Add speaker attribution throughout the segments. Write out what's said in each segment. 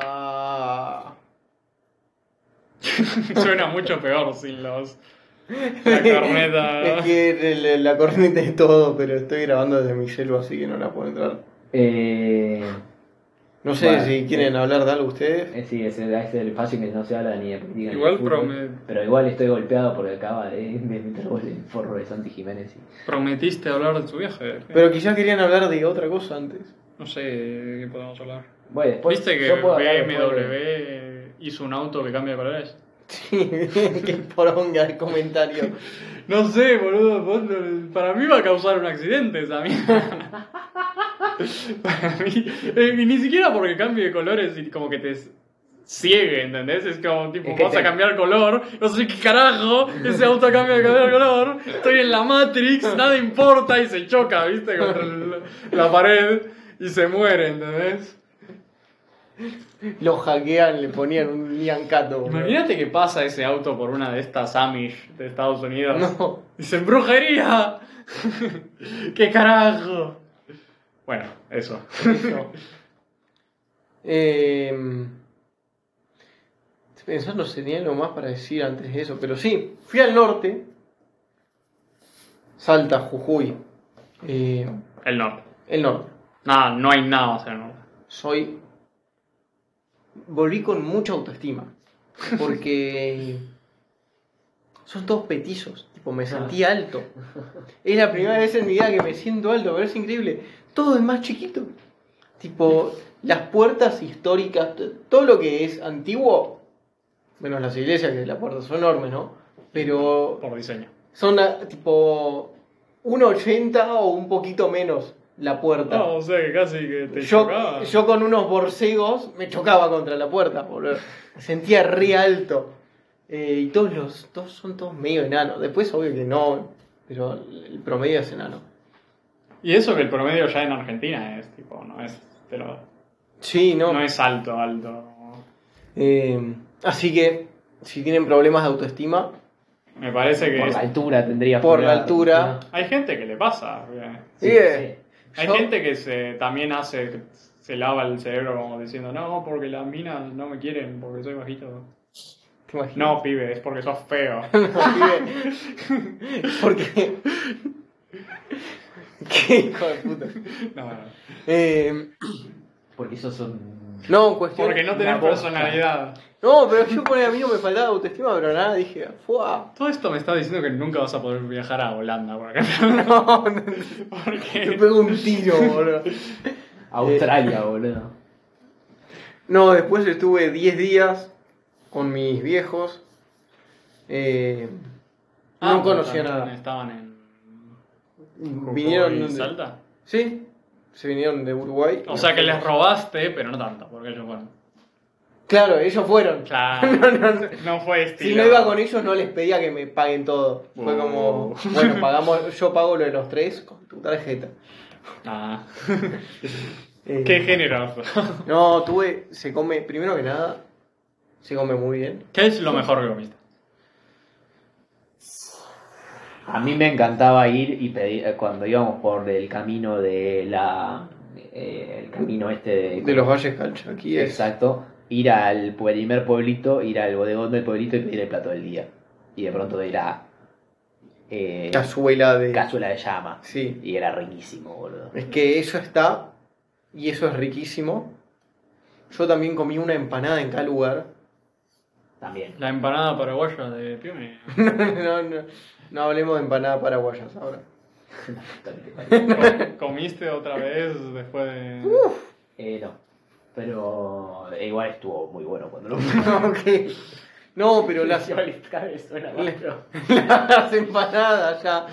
Speaker 1: prórroga.
Speaker 2: Suena mucho peor sin los. La corneta.
Speaker 1: es que el- la corneta es todo, pero estoy grabando desde mi celu, así que no la puedo entrar.
Speaker 3: Eh,
Speaker 1: No sé
Speaker 3: Bueno,
Speaker 1: si quieren
Speaker 3: eh.
Speaker 1: hablar de algo ustedes.
Speaker 3: eh, sí, es el, es el fallo que no se habla ni de política ni
Speaker 2: Igual
Speaker 3: de fútbol,
Speaker 2: prome-
Speaker 3: Pero igual estoy golpeado porque acaba de, de meter gol el forro de Santi Jiménez. y-
Speaker 2: Prometiste hablar de tu viaje.
Speaker 1: Pero quizás querían hablar de otra cosa antes.
Speaker 2: No sé de qué podemos hablar.
Speaker 3: Bueno, después
Speaker 2: ¿Viste que
Speaker 3: Pues, yo puedo hablar
Speaker 2: BMW
Speaker 3: después de-
Speaker 2: hizo un auto que cambia de colores?
Speaker 1: Sí, qué poronga el comentario.
Speaker 2: No sé, boludo. vos no- Para mí va a causar un accidente esa mierda. Para mí. eh, y ni siquiera porque cambie de colores y como que te ciegue, ¿entendés? Es como tipo,
Speaker 3: Es que
Speaker 2: vas
Speaker 3: te-
Speaker 2: a cambiar color. No sé qué carajo. Ese auto cambia de color, color. Estoy en la Matrix, nada importa y se choca, ¿viste? Contra el- la pared y se muere, ¿entendés?
Speaker 1: Lo hackean, le ponían un Lian Cato. boludo.
Speaker 2: Imagínate que pasa ese auto por una de estas Amish de Estados Unidos.
Speaker 1: No.
Speaker 2: Dicen brujería. ¿Qué carajo? Bueno, eso.
Speaker 1: Eso. Eh, pensando si tenía algo más para decir antes de eso, pero sí, fui al norte, Salta, Jujuy, eh,
Speaker 2: El norte.
Speaker 1: el norte.
Speaker 2: Nada, no hay nada más en el norte.
Speaker 1: Soy. Volví con mucha autoestima, porque. Son todos petizos, tipo, me sentí alto. Es la primera vez en mi vida que me siento alto, pero es increíble. Todo es más chiquito. Tipo, las puertas históricas, t- todo lo que es antiguo, menos las iglesias, que las puertas son enormes, ¿no? Pero
Speaker 2: Por diseño.
Speaker 1: son ah, tipo 1,80 o un poquito menos la puerta.
Speaker 2: o sea que casi que te
Speaker 1: yo, yo con unos borcegos me chocaba contra la puerta, boludo. Me sentía re alto. Eh, y todos los todos son todos medio enanos. Después obvio que no, pero el promedio es enano.
Speaker 2: Y eso que el promedio ya en Argentina es tipo, no es, pero
Speaker 1: Sí,
Speaker 2: no, es alto, alto.
Speaker 1: Eh, así que, si tienen problemas de autoestima,
Speaker 2: Me parece que
Speaker 3: Por
Speaker 2: es-
Speaker 3: la altura tendría
Speaker 1: por
Speaker 3: que
Speaker 1: la
Speaker 3: hablar.
Speaker 1: altura.
Speaker 2: hay gente que le pasa. eh.
Speaker 3: Sí,
Speaker 1: Bien.
Speaker 2: Hay
Speaker 1: Yo-
Speaker 2: gente que se también hace, se lava el cerebro como diciendo, no, porque las minas no me quieren, porque soy bajito.
Speaker 1: ¿Te imaginas?
Speaker 2: No, pibe, es porque sos feo.
Speaker 1: Porque. Qué hijo de puta.
Speaker 2: No, no.
Speaker 1: Eh,
Speaker 3: sí. Porque esos son.
Speaker 1: no, cuestión.
Speaker 2: Porque no tenés
Speaker 3: Una bosta.
Speaker 2: personalidad.
Speaker 1: No, pero yo por ahí a mí no me faltaba autoestima, pero nada, dije, ¡fua!
Speaker 2: Todo esto me está diciendo que nunca vas a poder viajar a Holanda, por
Speaker 1: No,
Speaker 2: ejemplo.
Speaker 1: no, te
Speaker 2: Porque
Speaker 1: pego un tiro, boludo.
Speaker 3: Australia, boludo.
Speaker 1: No, después estuve 10 días con mis viejos. Eh, no
Speaker 2: Ah,
Speaker 1: conocía
Speaker 2: estaban-
Speaker 1: nada.
Speaker 2: Estaban en.
Speaker 1: Vinieron.
Speaker 2: en
Speaker 1: de-
Speaker 2: Salta.
Speaker 1: Sí, se vinieron de Uruguay.
Speaker 2: O sea que les robaste, pero no tanto, porque ellos fueron.
Speaker 1: Claro, ellos fueron.
Speaker 2: Claro.
Speaker 1: No, no, no.
Speaker 2: No fue estilo.
Speaker 1: Si no iba con ellos, no les pedía que me paguen todo. Fue
Speaker 2: Oh.
Speaker 1: como, bueno, pagamos, yo pago lo de los tres con tu tarjeta.
Speaker 2: Ah.
Speaker 1: Eh,
Speaker 2: Qué generoso.
Speaker 1: No, tuve, se come, primero que nada, se come muy bien.
Speaker 2: ¿Qué es lo mejor que comiste?
Speaker 3: A mí me encantaba ir y pedir, eh, cuando íbamos por el camino de la. eh, el camino este de.
Speaker 1: De los valles calcha, aquí es.
Speaker 3: Exacto. Ir al primer pueblito, ir al bodegón del pueblito y pedir el plato del día. Y de pronto era. Eh,
Speaker 1: Cazuela de.
Speaker 3: cazuela de llama.
Speaker 1: Sí.
Speaker 3: Y era riquísimo, boludo.
Speaker 1: Es que eso está, y eso es riquísimo. Yo también comí una empanada en cada lugar.
Speaker 3: También.
Speaker 2: La empanada paraguaya de Piume.
Speaker 1: no, no, no hablemos de empanadas paraguayas ahora.
Speaker 2: ¿Comiste otra vez después de.?
Speaker 3: Eh, no. Pero eh, igual estuvo muy bueno cuando lo
Speaker 1: Ok. No, pero las, las empanadas ya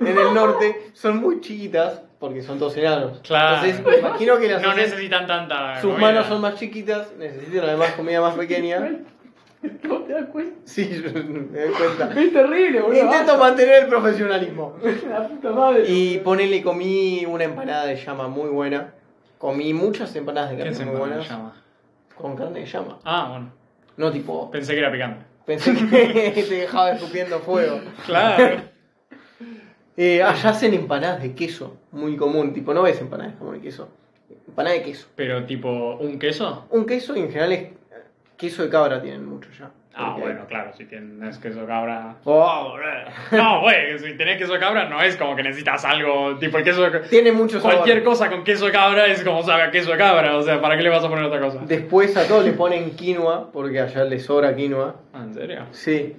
Speaker 1: en el norte son muy chiquitas porque son todos enanos.
Speaker 2: Claro.
Speaker 1: Entonces, me imagino que las
Speaker 2: No
Speaker 1: hacen-
Speaker 2: necesitan tanta.
Speaker 1: sus
Speaker 2: comida.
Speaker 1: manos son más chiquitas, necesitan además comida más pequeña.
Speaker 3: te das cuenta?
Speaker 1: Sí, yo me doy cuenta.
Speaker 3: Es terrible, boludo.
Speaker 1: Intento mantener el profesionalismo.
Speaker 3: La puta madre.
Speaker 1: Y ponele, comí una empanada de llama muy buena. Comí muchas empanadas de
Speaker 2: ¿Qué
Speaker 1: carne
Speaker 2: se
Speaker 1: muy buenas.
Speaker 2: llama?
Speaker 1: Con carne de llama.
Speaker 2: Ah, bueno.
Speaker 1: No tipo,
Speaker 2: Pensé que era picante.
Speaker 1: pensé que te dejaba escupiendo fuego. ah,
Speaker 2: Claro.
Speaker 1: Eh, allá hacen empanadas de queso, muy común, tipo, no ves empanadas de jamón y queso. Empanada de queso.
Speaker 2: Pero tipo, ¿un queso?
Speaker 1: Un queso y en general es eh, queso de cabra tienen mucho ya.
Speaker 2: Ah,
Speaker 1: Porque-
Speaker 2: bueno, claro, si tienes queso cabra.
Speaker 1: Oh, boludo.
Speaker 2: No, güey, si tenés queso cabra no es como que necesitas algo. Tipo, el queso.
Speaker 1: Tiene mucho sabor.
Speaker 2: Cualquier cosa con queso de cabra es como sabe a queso de cabra. O sea, ¿para qué le vas a poner otra cosa?
Speaker 1: Después a todos le ponen quinoa, porque allá les sobra quinoa.
Speaker 2: Ah, ¿En serio?
Speaker 1: Sí. Eh,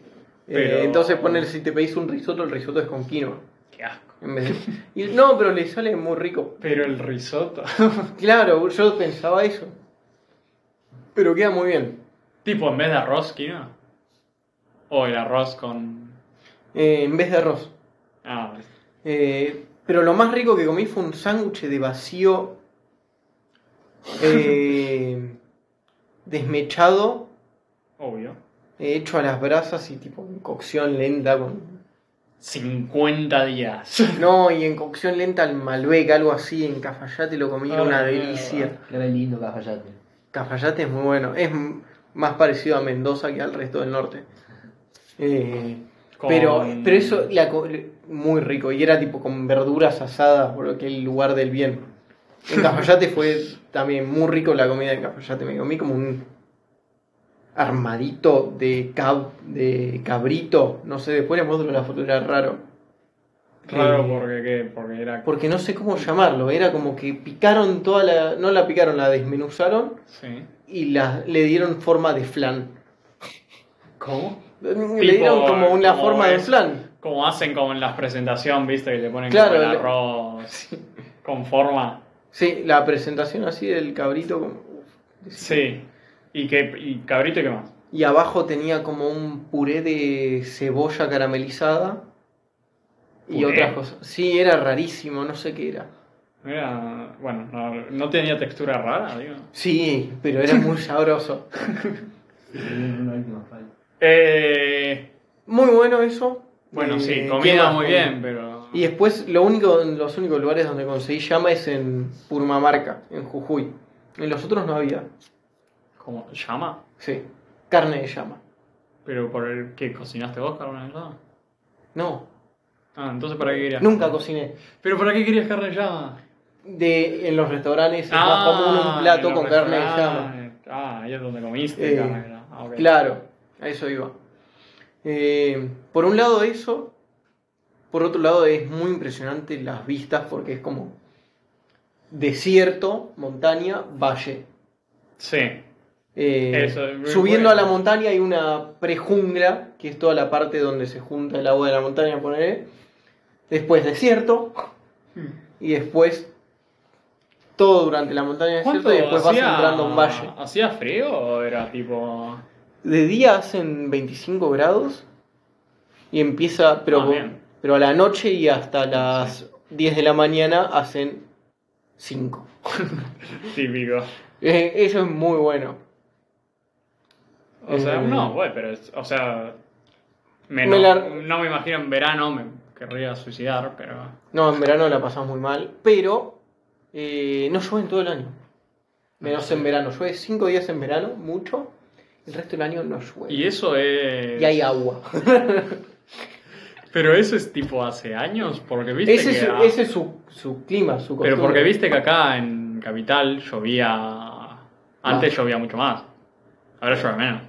Speaker 2: Pero-
Speaker 1: entonces poner, si te pedís un risotto, el risotto es con quinoa.
Speaker 2: Qué asco.
Speaker 1: En vez de- y, no, pero le sale muy rico.
Speaker 2: Pero el risotto.
Speaker 1: Claro, yo pensaba eso. Pero queda muy bien.
Speaker 2: tipo, en vez de arroz, quinoa. O el arroz con.
Speaker 1: Eh, en vez de arroz.
Speaker 2: Ah,
Speaker 1: Eh, pero lo más rico que comí fue un sándwich de vacío eh, desmechado,
Speaker 2: obvio.
Speaker 1: eh, hecho a las brasas y tipo en cocción lenta. Con...
Speaker 2: 50 días.
Speaker 1: No, y en cocción lenta al Malbec, algo así, en Cafayate lo comí, era
Speaker 2: Ah,
Speaker 1: una
Speaker 2: mierda.
Speaker 1: delicia.
Speaker 3: Era lindo Cafayate.
Speaker 1: Cafayate es muy bueno, es m- más parecido a Mendoza que al resto del norte. Eh,
Speaker 2: Con-
Speaker 1: Pero, pero eso, la co- muy rico. Y era tipo con verduras asadas, por aquel lugar del bien. En Cafayate fue también muy rico la comida en Cafayate. Me comí como un armadito de, cab- de cabrito. No sé, después les muestro la foto, era raro.
Speaker 2: Claro,
Speaker 1: Eh,
Speaker 2: porque, ¿qué? porque era.
Speaker 1: Porque no sé cómo llamarlo. Era como que picaron toda la... No la picaron, la desmenuzaron
Speaker 2: Sí.
Speaker 1: y la, le dieron forma de flan.
Speaker 2: ¿Cómo?
Speaker 1: le dieron como una
Speaker 2: como
Speaker 1: forma de
Speaker 2: es-
Speaker 1: flan.
Speaker 2: Como hacen como en las presentaciones, viste, que le ponen
Speaker 1: Claro,
Speaker 2: como el
Speaker 1: le-
Speaker 2: arroz con forma.
Speaker 1: Sí, la presentación así del cabrito. como-
Speaker 2: Sí. ¿Y, qué, y cabrito y qué más?
Speaker 1: Y abajo tenía como un puré de cebolla caramelizada. Y
Speaker 2: ¿Puré?
Speaker 1: otras cosas. Sí, era rarísimo, no sé qué era.
Speaker 2: Era, bueno, no, no tenía textura rara, digo.
Speaker 1: Sí, pero era muy sabroso.
Speaker 2: Eh,
Speaker 1: Muy bueno eso.
Speaker 2: bueno,
Speaker 1: Eh,
Speaker 2: sí,
Speaker 1: ¿qué
Speaker 2: comida
Speaker 1: más
Speaker 2: muy
Speaker 1: comí?
Speaker 2: bien, pero...
Speaker 1: Y después, lo único, los únicos lugares donde conseguí llama es en Purmamarca, en Jujuy. En los otros no había.
Speaker 2: ¿Cómo? ¿Llama?
Speaker 1: Sí, carne de llama.
Speaker 2: ¿Pero por el que cocinaste vos carne llama?
Speaker 1: No,
Speaker 2: Ah, entonces ¿para qué querías?
Speaker 1: nunca cociné.
Speaker 2: ¿Pero para qué querías carne llama?
Speaker 1: De, en los restaurantes es más común un plato con carne de llama.
Speaker 2: Ah, ahí es donde comiste
Speaker 1: Eh,
Speaker 2: carne de llama. Ah, ok.
Speaker 1: Claro, a eso iba. Eh, por un lado eso, por otro lado es muy impresionante las vistas porque es como desierto, montaña, valle.
Speaker 2: Sí.
Speaker 1: Eh,
Speaker 2: Eso es muy
Speaker 1: subiendo
Speaker 2: bueno.
Speaker 1: a la montaña hay una prejungla, que es toda la parte donde se junta el agua de la montaña, poner Después desierto
Speaker 2: Hmm.
Speaker 1: y después todo durante la montaña desierto y después vas entrando a un valle.
Speaker 2: ¿Hacía frío o era tipo.?
Speaker 1: De día hacen 25 grados y empieza, pero,
Speaker 2: Ah, bien.
Speaker 1: pero a la noche y hasta las 10 de la mañana hacen 5.
Speaker 2: Típico.
Speaker 1: Eh, eso es muy bueno.
Speaker 2: O sea,
Speaker 1: Eh,
Speaker 2: no, güey, pero. es- o sea. me
Speaker 1: Me
Speaker 2: no,
Speaker 1: la-
Speaker 2: no me imagino en verano, me querría suicidar, pero.
Speaker 1: No, en verano la pasamos muy mal, pero eh, no llueve en todo el año. Menos en verano, llueve 5 días en verano, mucho. El resto del año no llueve.
Speaker 2: Y eso es.
Speaker 1: Y hay agua.
Speaker 2: Pero eso es tipo hace años, porque viste
Speaker 1: Ese es,
Speaker 2: que.
Speaker 1: su, ese es su, su clima, su
Speaker 2: Pero
Speaker 1: costumbre.
Speaker 2: porque viste que acá en Capital llovía.
Speaker 1: Ah.
Speaker 2: Antes llovía mucho más. Ahora llueve menos.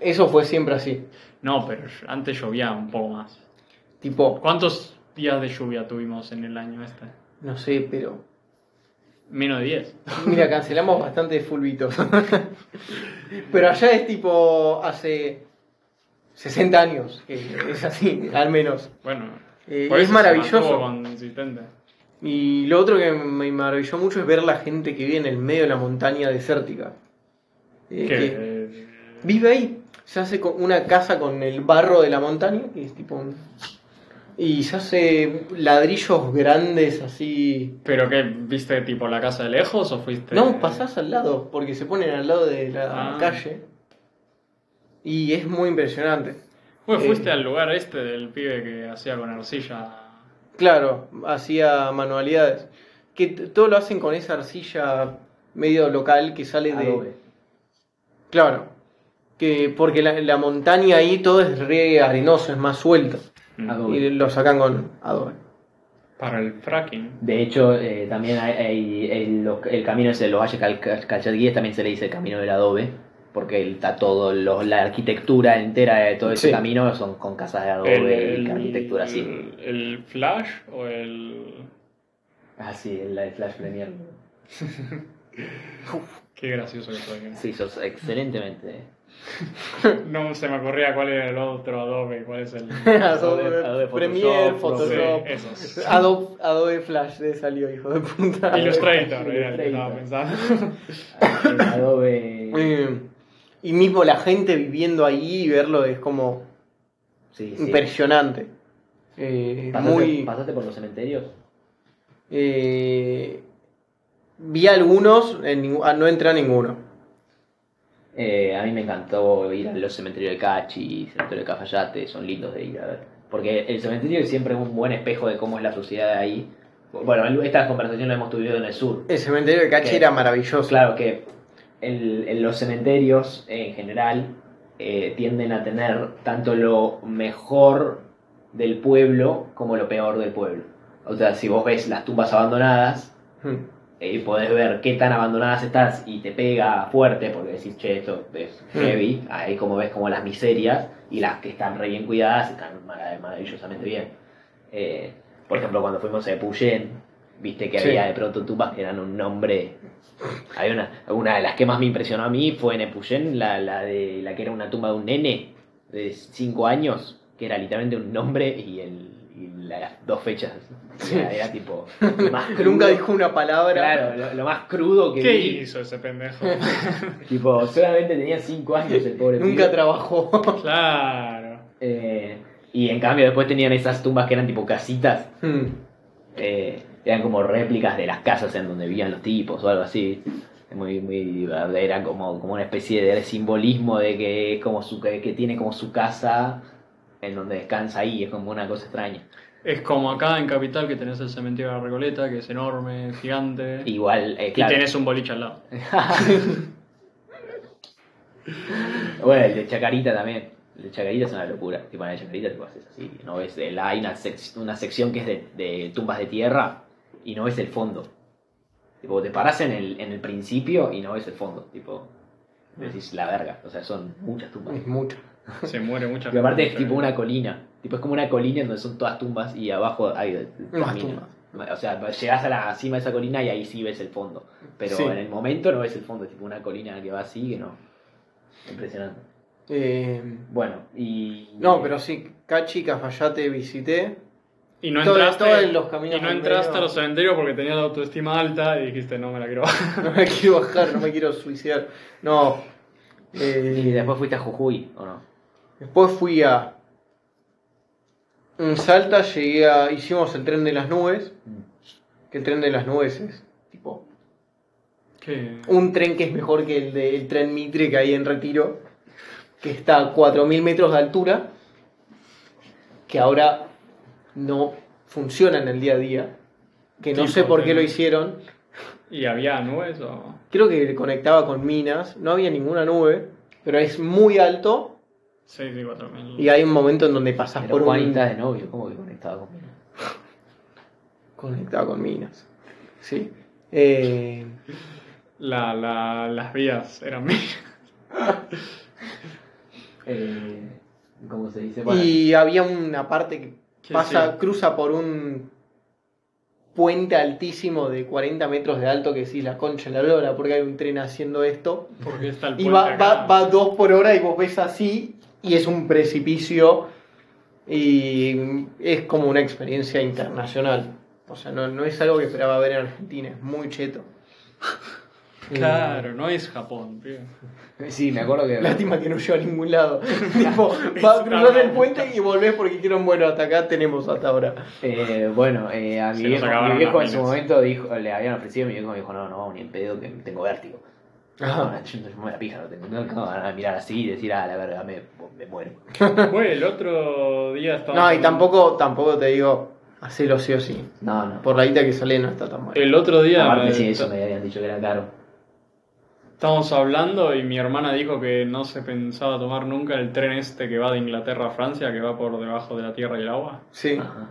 Speaker 1: Eso fue siempre así.
Speaker 2: No, pero antes llovía un poco más.
Speaker 1: Tipo,
Speaker 2: ¿Cuántos días de lluvia tuvimos en el año este?
Speaker 1: no sé, pero
Speaker 2: Menos de 10.
Speaker 1: Mira, cancelamos bastante fulbitos. Pero allá es tipo hace 60 años que es así, al menos.
Speaker 2: Bueno,
Speaker 1: Eh,
Speaker 2: por
Speaker 1: es
Speaker 2: eso se
Speaker 1: maravilloso.
Speaker 2: mantuvo consistente.
Speaker 1: Y lo otro que me maravilló mucho es ver la gente que vive en el medio de la montaña desértica. Eh,
Speaker 2: Que,
Speaker 1: que
Speaker 2: eh,
Speaker 1: vive ahí. Se hace con- una casa con el barro de la montaña, que es tipo un- Y se hace ladrillos grandes así.
Speaker 2: ¿Pero qué? ¿Viste tipo la casa de lejos o fuiste.?
Speaker 1: No, pasás al lado, porque se ponen al lado de la
Speaker 2: Ah.
Speaker 1: calle. Y es muy impresionante.
Speaker 2: Bueno,
Speaker 1: eh.
Speaker 2: fuiste al lugar este del pibe que hacía con arcilla.
Speaker 1: Claro, hacía manualidades. Que t- todo lo hacen con esa arcilla medio local que sale de.
Speaker 3: Adobe.
Speaker 1: Claro. Que porque la, la montaña ahí todo es re arenoso, es más suelto.
Speaker 2: Mm.
Speaker 3: Adobe.
Speaker 1: Y lo sacan con adobe.
Speaker 2: Para el fracking.
Speaker 3: De hecho, eh, también hay, hay- el, los- el camino ese de los valles cal, cal- calchaquíes también se le dice el camino del adobe, porque el- está todo, los- la arquitectura entera de todo ese
Speaker 1: Sí.
Speaker 3: camino son con casas de adobe y arquitectura así.
Speaker 2: el- el Flash o el.
Speaker 3: Ah, sí, la de Flash Premier.
Speaker 2: Qué gracioso que soy.
Speaker 3: Sí, sos excelentemente. eh.
Speaker 2: No se me ocurría cuál era el otro Adobe, cuál es el.
Speaker 1: Adobe,
Speaker 3: Adobe Photoshop,
Speaker 1: Premiere,
Speaker 3: no sé.
Speaker 1: Photoshop.
Speaker 2: Sí, esos.
Speaker 1: Adobe, Adobe Flash de salió, hijo de puta.
Speaker 2: Illustrator era el que estaba
Speaker 3: Illustrator.
Speaker 2: pensando.
Speaker 3: El adobe.
Speaker 1: Eh, y mismo la gente viviendo ahí y verlo es como
Speaker 3: Sí, sí.
Speaker 1: impresionante. Eh,
Speaker 3: ¿Pasaste,
Speaker 1: muy.
Speaker 3: pasaste por los cementerios?
Speaker 1: eh, vi algunos, en ningú- ah, no entré a ninguno.
Speaker 3: Eh, a mí me encantó ir a los cementerios de Cachi, cementerio de Cafayate, son lindos de ir a ver. Porque el cementerio siempre es un buen espejo de cómo es la sociedad de ahí. Bueno, el- esta conversación la hemos tenido en el sur.
Speaker 1: El cementerio de Cachi
Speaker 3: ¿Qué?
Speaker 1: era maravilloso.
Speaker 3: Claro que el- en los cementerios eh, en general eh, tienden a tener tanto lo mejor del pueblo como lo peor del pueblo. O sea, si vos ves las tumbas abandonadas,
Speaker 1: Mm.
Speaker 3: eh, y podés ver qué tan abandonadas estás y te pega fuerte porque decís, che, esto es
Speaker 1: Mm.
Speaker 3: heavy, ahí como ves como las miserias y las que están re bien cuidadas están mara- maravillosamente bien. Eh, por ejemplo, cuando fuimos a Epuyén, viste que
Speaker 1: Sí.
Speaker 3: había de pronto tumbas que eran un nombre... Hay una, una de las que más me impresionó a mí fue en Epuyén, la, la, de, la que era una tumba de un nene de 5 años, que era literalmente un nombre y, el, y las dos fechas. Era, era tipo... Más
Speaker 1: Nunca
Speaker 3: crudo.
Speaker 1: dijo una palabra.
Speaker 3: Claro, lo, lo más crudo que
Speaker 2: ¿Qué
Speaker 3: vi.
Speaker 2: hizo ese pendejo?
Speaker 3: Tipo, solamente tenía 5 años el pobre
Speaker 1: Nunca
Speaker 3: pibe.
Speaker 1: trabajó.
Speaker 2: Claro.
Speaker 3: Eh, y en cambio después tenían esas tumbas que eran tipo casitas.
Speaker 1: Mm.
Speaker 3: eh, eran como réplicas de las casas en donde vivían los tipos o algo así. Muy, muy, era como, como una especie de simbolismo de que es como su que, que tiene como su casa en donde descansa ahí, es como una cosa extraña.
Speaker 2: Es como acá en Capital que tenés el cementerio de la Recoleta, que es enorme, gigante. Y,
Speaker 3: Igual, eh, claro.
Speaker 2: tenés un boliche al lado.
Speaker 3: Bueno, el de Chacarita también. El de Chacarita es una locura. Tipo, en el de Chacarita tipo, haces así. No ves el- hay una, sec- una sección que es de, de tumbas de tierra y no ves el fondo. Tipo, te paras en el, en el principio y no ves el fondo. Tipo,
Speaker 1: Mm.
Speaker 3: decís la verga. O sea, son muchas tumbas.
Speaker 1: Es mucho.
Speaker 2: Se muere mucha
Speaker 3: Y
Speaker 2: gente.
Speaker 3: aparte es tipo una colina. Tipo, es como una colina en donde son todas tumbas y abajo hay
Speaker 1: Más
Speaker 3: camino. O sea, llegás a la cima de esa colina y ahí sí ves el fondo. Pero
Speaker 1: Sí.
Speaker 3: en el momento no ves el fondo, es tipo una colina que va así que no. Impresionante.
Speaker 1: Eh,
Speaker 3: Bueno, y.
Speaker 1: no, pero sí, Cachi, Cafayate visité.
Speaker 2: Y no
Speaker 1: Todo-
Speaker 2: entraste,
Speaker 1: todos los caminos
Speaker 2: y no
Speaker 1: al
Speaker 2: entraste
Speaker 1: medio.
Speaker 2: a los cementerios porque tenías la autoestima alta y dijiste, no me la quiero.
Speaker 1: No me quiero bajar, no me quiero suicidar. No.
Speaker 3: Y
Speaker 1: Eh,
Speaker 3: después fuiste a Jujuy, ¿o no?
Speaker 1: después fui a. En Salta llegué a. Hicimos el tren de las nubes. Que el tren de las nubes es tipo.
Speaker 2: ¿Qué?
Speaker 1: Un tren que es mejor que el del tren Mitre que hay en Retiro. Que está a 4.000 metros de altura. Que ahora no funciona en el día a día. Que no
Speaker 2: Sí,
Speaker 1: sé por
Speaker 2: porque
Speaker 1: qué lo
Speaker 2: no.
Speaker 1: hicieron.
Speaker 2: ¿Y había nubes o...?
Speaker 1: Creo que conectaba con minas. No había ninguna nube. Pero es muy alto.
Speaker 2: Sí, sí, 4.000.
Speaker 1: Y hay un momento en donde pasas
Speaker 3: Pero
Speaker 1: por
Speaker 3: Juanita
Speaker 1: un...
Speaker 3: de novio, ¿cómo que conectado conmigo?
Speaker 1: Conectado con minas. Sí. Eh,
Speaker 2: La, la, las vías eran mías.
Speaker 3: Eh, ¿Cómo se dice?
Speaker 1: Y había una parte que
Speaker 2: Sí,
Speaker 1: pasa,
Speaker 2: sí.
Speaker 1: cruza por un puente altísimo de 40 metros de alto que decís la concha de la lora porque hay un tren haciendo esto.
Speaker 2: Porque está el
Speaker 1: Y
Speaker 2: puente
Speaker 1: va, va,
Speaker 2: acá.
Speaker 1: va dos por hora y vos ves así y es un precipicio y es como una experiencia internacional. O sea, no, no es algo que esperaba ver en Argentina, es muy cheto. Eh,
Speaker 2: Claro, no es Japón, tío.
Speaker 3: Sí, me acuerdo que.
Speaker 1: Lástima que no lleva a ningún lado. tipo, va, cruzás el puente y volvés porque dijeron, bueno, hasta acá tenemos hasta ahora.
Speaker 3: Eh, bueno, eh, a mi
Speaker 2: Se nos
Speaker 3: viejo,
Speaker 2: acabaron
Speaker 3: mi viejo en
Speaker 2: las
Speaker 3: su
Speaker 2: minas.
Speaker 3: momento dijo, le habían ofrecido, mi viejo me dijo, no, no, ni en pedo que tengo vértigo.
Speaker 1: Ajá.
Speaker 3: No, yo, yo me la pija, no tengo no tengo ganas de mirar así y decir, ah, la verga, me, me muero.
Speaker 2: Fue el otro día estaba...
Speaker 1: No, y tampoco, tampoco te digo, hacelo sí o sí.
Speaker 3: No, no.
Speaker 1: Por la guita que sale no está tan mal.
Speaker 2: El otro día...
Speaker 3: Aparte,
Speaker 2: eh,
Speaker 3: sí, eso me habían dicho que era caro.
Speaker 2: Estábamos hablando y mi hermana dijo que no se pensaba tomar nunca el tren este que va de Inglaterra a Francia, que va por debajo de la tierra y el agua.
Speaker 1: Sí.
Speaker 3: Ajá.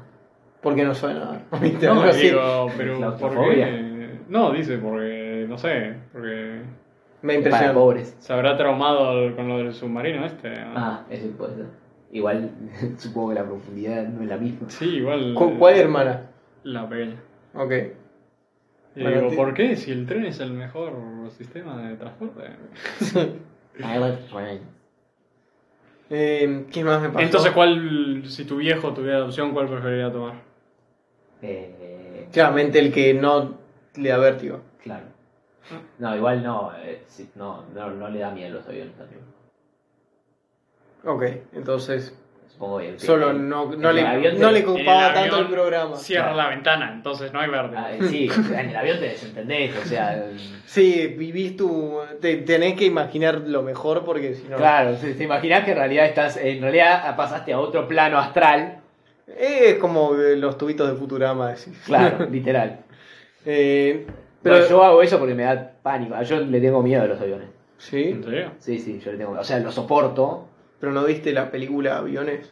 Speaker 1: Porque no suena. ¿viste?
Speaker 2: No,
Speaker 1: Algo así.
Speaker 2: digo, pero ¿por
Speaker 3: Claustrofobia.
Speaker 2: qué? No, dice, porque, no sé, porque
Speaker 1: Me
Speaker 3: Para
Speaker 1: impresionó.
Speaker 3: pobres.
Speaker 2: se habrá traumado al- con lo del submarino este. ¿no?
Speaker 3: Ah, eso puede ser. Igual, supongo que la profundidad no es la misma.
Speaker 2: Sí, igual.
Speaker 1: ¿Cu- ¿Cuál hermana?
Speaker 2: La pequeña.
Speaker 1: Ok.
Speaker 2: Y
Speaker 1: Bueno,
Speaker 2: digo,
Speaker 1: ti-
Speaker 2: ¿por qué? Si el tren es el mejor sistema de transporte.
Speaker 1: Eh, ¿Qué más me pasó?
Speaker 2: Entonces, ¿cuál, si tu viejo tuviera la opción, cuál preferiría tomar?
Speaker 3: Eh,
Speaker 1: Claramente el que no le da vértigo.
Speaker 3: claro. No, igual no, eh, sí, no, no, no le da miedo los aviones también.
Speaker 1: Ok, entonces
Speaker 3: Supongo que el-
Speaker 1: solo
Speaker 3: el-
Speaker 1: no,
Speaker 3: el
Speaker 1: no, le,
Speaker 3: avión
Speaker 1: no
Speaker 3: te-
Speaker 1: le
Speaker 2: en el
Speaker 1: copaba
Speaker 2: avión
Speaker 1: tanto el programa.
Speaker 2: Cierra
Speaker 3: Claro.
Speaker 2: la ventana, entonces no hay verde.
Speaker 3: Ah, eh, sí, en el avión te desentendés, o sea. el-
Speaker 1: Sí, vivís tu... Te, tenés que imaginar lo mejor porque si no...
Speaker 3: Claro, sí, te imaginas que en realidad estás, en realidad pasaste a otro plano astral.
Speaker 1: Es como eh, los tubitos de Futurama, decís.
Speaker 3: Claro, literal.
Speaker 1: Eh, pero...
Speaker 3: Pero yo hago eso porque me da pánico. Yo le tengo miedo a los aviones.
Speaker 1: Sí,
Speaker 2: ¿En serio?
Speaker 3: Sí, sí, yo le tengo O sea, lo soporto.
Speaker 1: pero no viste la película Aviones.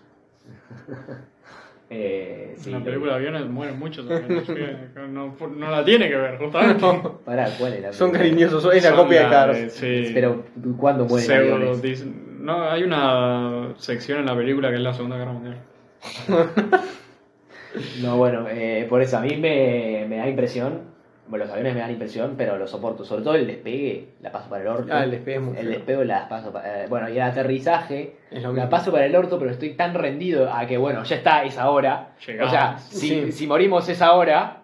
Speaker 3: Eh, sí,
Speaker 2: en la
Speaker 3: lo-
Speaker 2: película de aviones mueren muchos. aviones, que no, no la tiene que ver, justamente.
Speaker 3: Pará, ¿cuál era?
Speaker 1: Son cariñosos, es la
Speaker 2: Son
Speaker 1: copia de
Speaker 2: la
Speaker 1: Cars.
Speaker 2: de- sí.
Speaker 3: Pero, ¿cuándo mueren
Speaker 2: Pseudo
Speaker 3: aviones?
Speaker 2: Disney- No, hay una sección en la película que es la Segunda Guerra Mundial.
Speaker 3: No, bueno, eh, por eso a mí me, me da impresión. Bueno, los aviones me dan impresión, pero lo soporto. Sobre todo el despegue, la paso para el orto.
Speaker 1: Ah, el despegue es muy
Speaker 3: El
Speaker 1: feo.
Speaker 3: despegue la paso para. eh, bueno, y el aterrizaje.
Speaker 1: Es lo
Speaker 3: La
Speaker 1: mismo.
Speaker 3: paso para el orto, pero estoy tan rendido a que, bueno, ya está, es ahora.
Speaker 2: Llegamos.
Speaker 3: O sea, si,
Speaker 1: Sí.
Speaker 3: si morimos es ahora.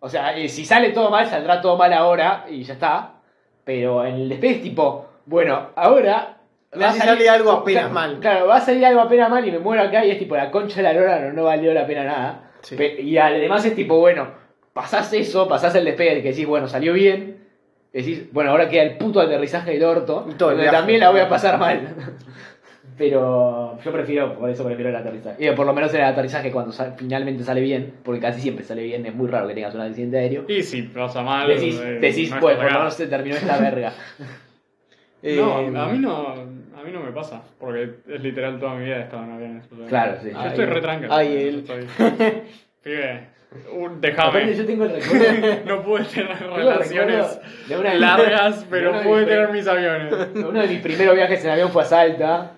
Speaker 3: O sea, eh, si sale todo mal, saldrá todo mal ahora y ya está. Pero en el despegue es tipo, bueno, ahora.
Speaker 1: Me hace
Speaker 3: salir-
Speaker 1: salir algo apenas
Speaker 3: Claro,
Speaker 1: mal.
Speaker 3: Claro, va a salir algo apenas mal y me muero acá y es tipo la concha de la lora, no, no valió la pena nada.
Speaker 1: Sí.
Speaker 3: Pe- Y además es tipo, bueno, pasás eso, pasás el despegue, que decís, bueno, salió bien. Decís, bueno, ahora queda el puto aterrizaje del orto,
Speaker 1: Y todo el
Speaker 3: donde
Speaker 1: viaje.
Speaker 3: también la voy a pasar mal. Pero yo prefiero, por eso prefiero el aterrizaje. Eh, por lo menos el aterrizaje cuando sa- finalmente sale bien, porque casi siempre sale bien, es muy raro que tengas un accidente aéreo.
Speaker 2: Y si pasa mal.
Speaker 3: Decís,
Speaker 2: eh,
Speaker 3: decís
Speaker 2: no es
Speaker 3: bueno, por
Speaker 2: complicado.
Speaker 3: lo menos se terminó esta verga.
Speaker 1: Eh,
Speaker 2: No, a mí no, a mí no me pasa. Porque es literal toda mi vida he estado en aviones. o sea,
Speaker 3: Claro, sí.
Speaker 2: Yo
Speaker 1: Ay,
Speaker 2: estoy re tranca.
Speaker 1: ay,
Speaker 2: yo
Speaker 1: él.
Speaker 2: estoy- Pibe, un-
Speaker 3: Aparte,
Speaker 2: déjame.
Speaker 3: yo tengo el recuerdo.
Speaker 2: No pude tener
Speaker 3: recuerdo
Speaker 2: relaciones
Speaker 3: de una-
Speaker 2: largas,
Speaker 3: de
Speaker 2: pero
Speaker 3: una
Speaker 2: pude
Speaker 3: diferen-
Speaker 2: tener mis aviones.
Speaker 3: Uno de mis primeros viajes en avión fue a Salta.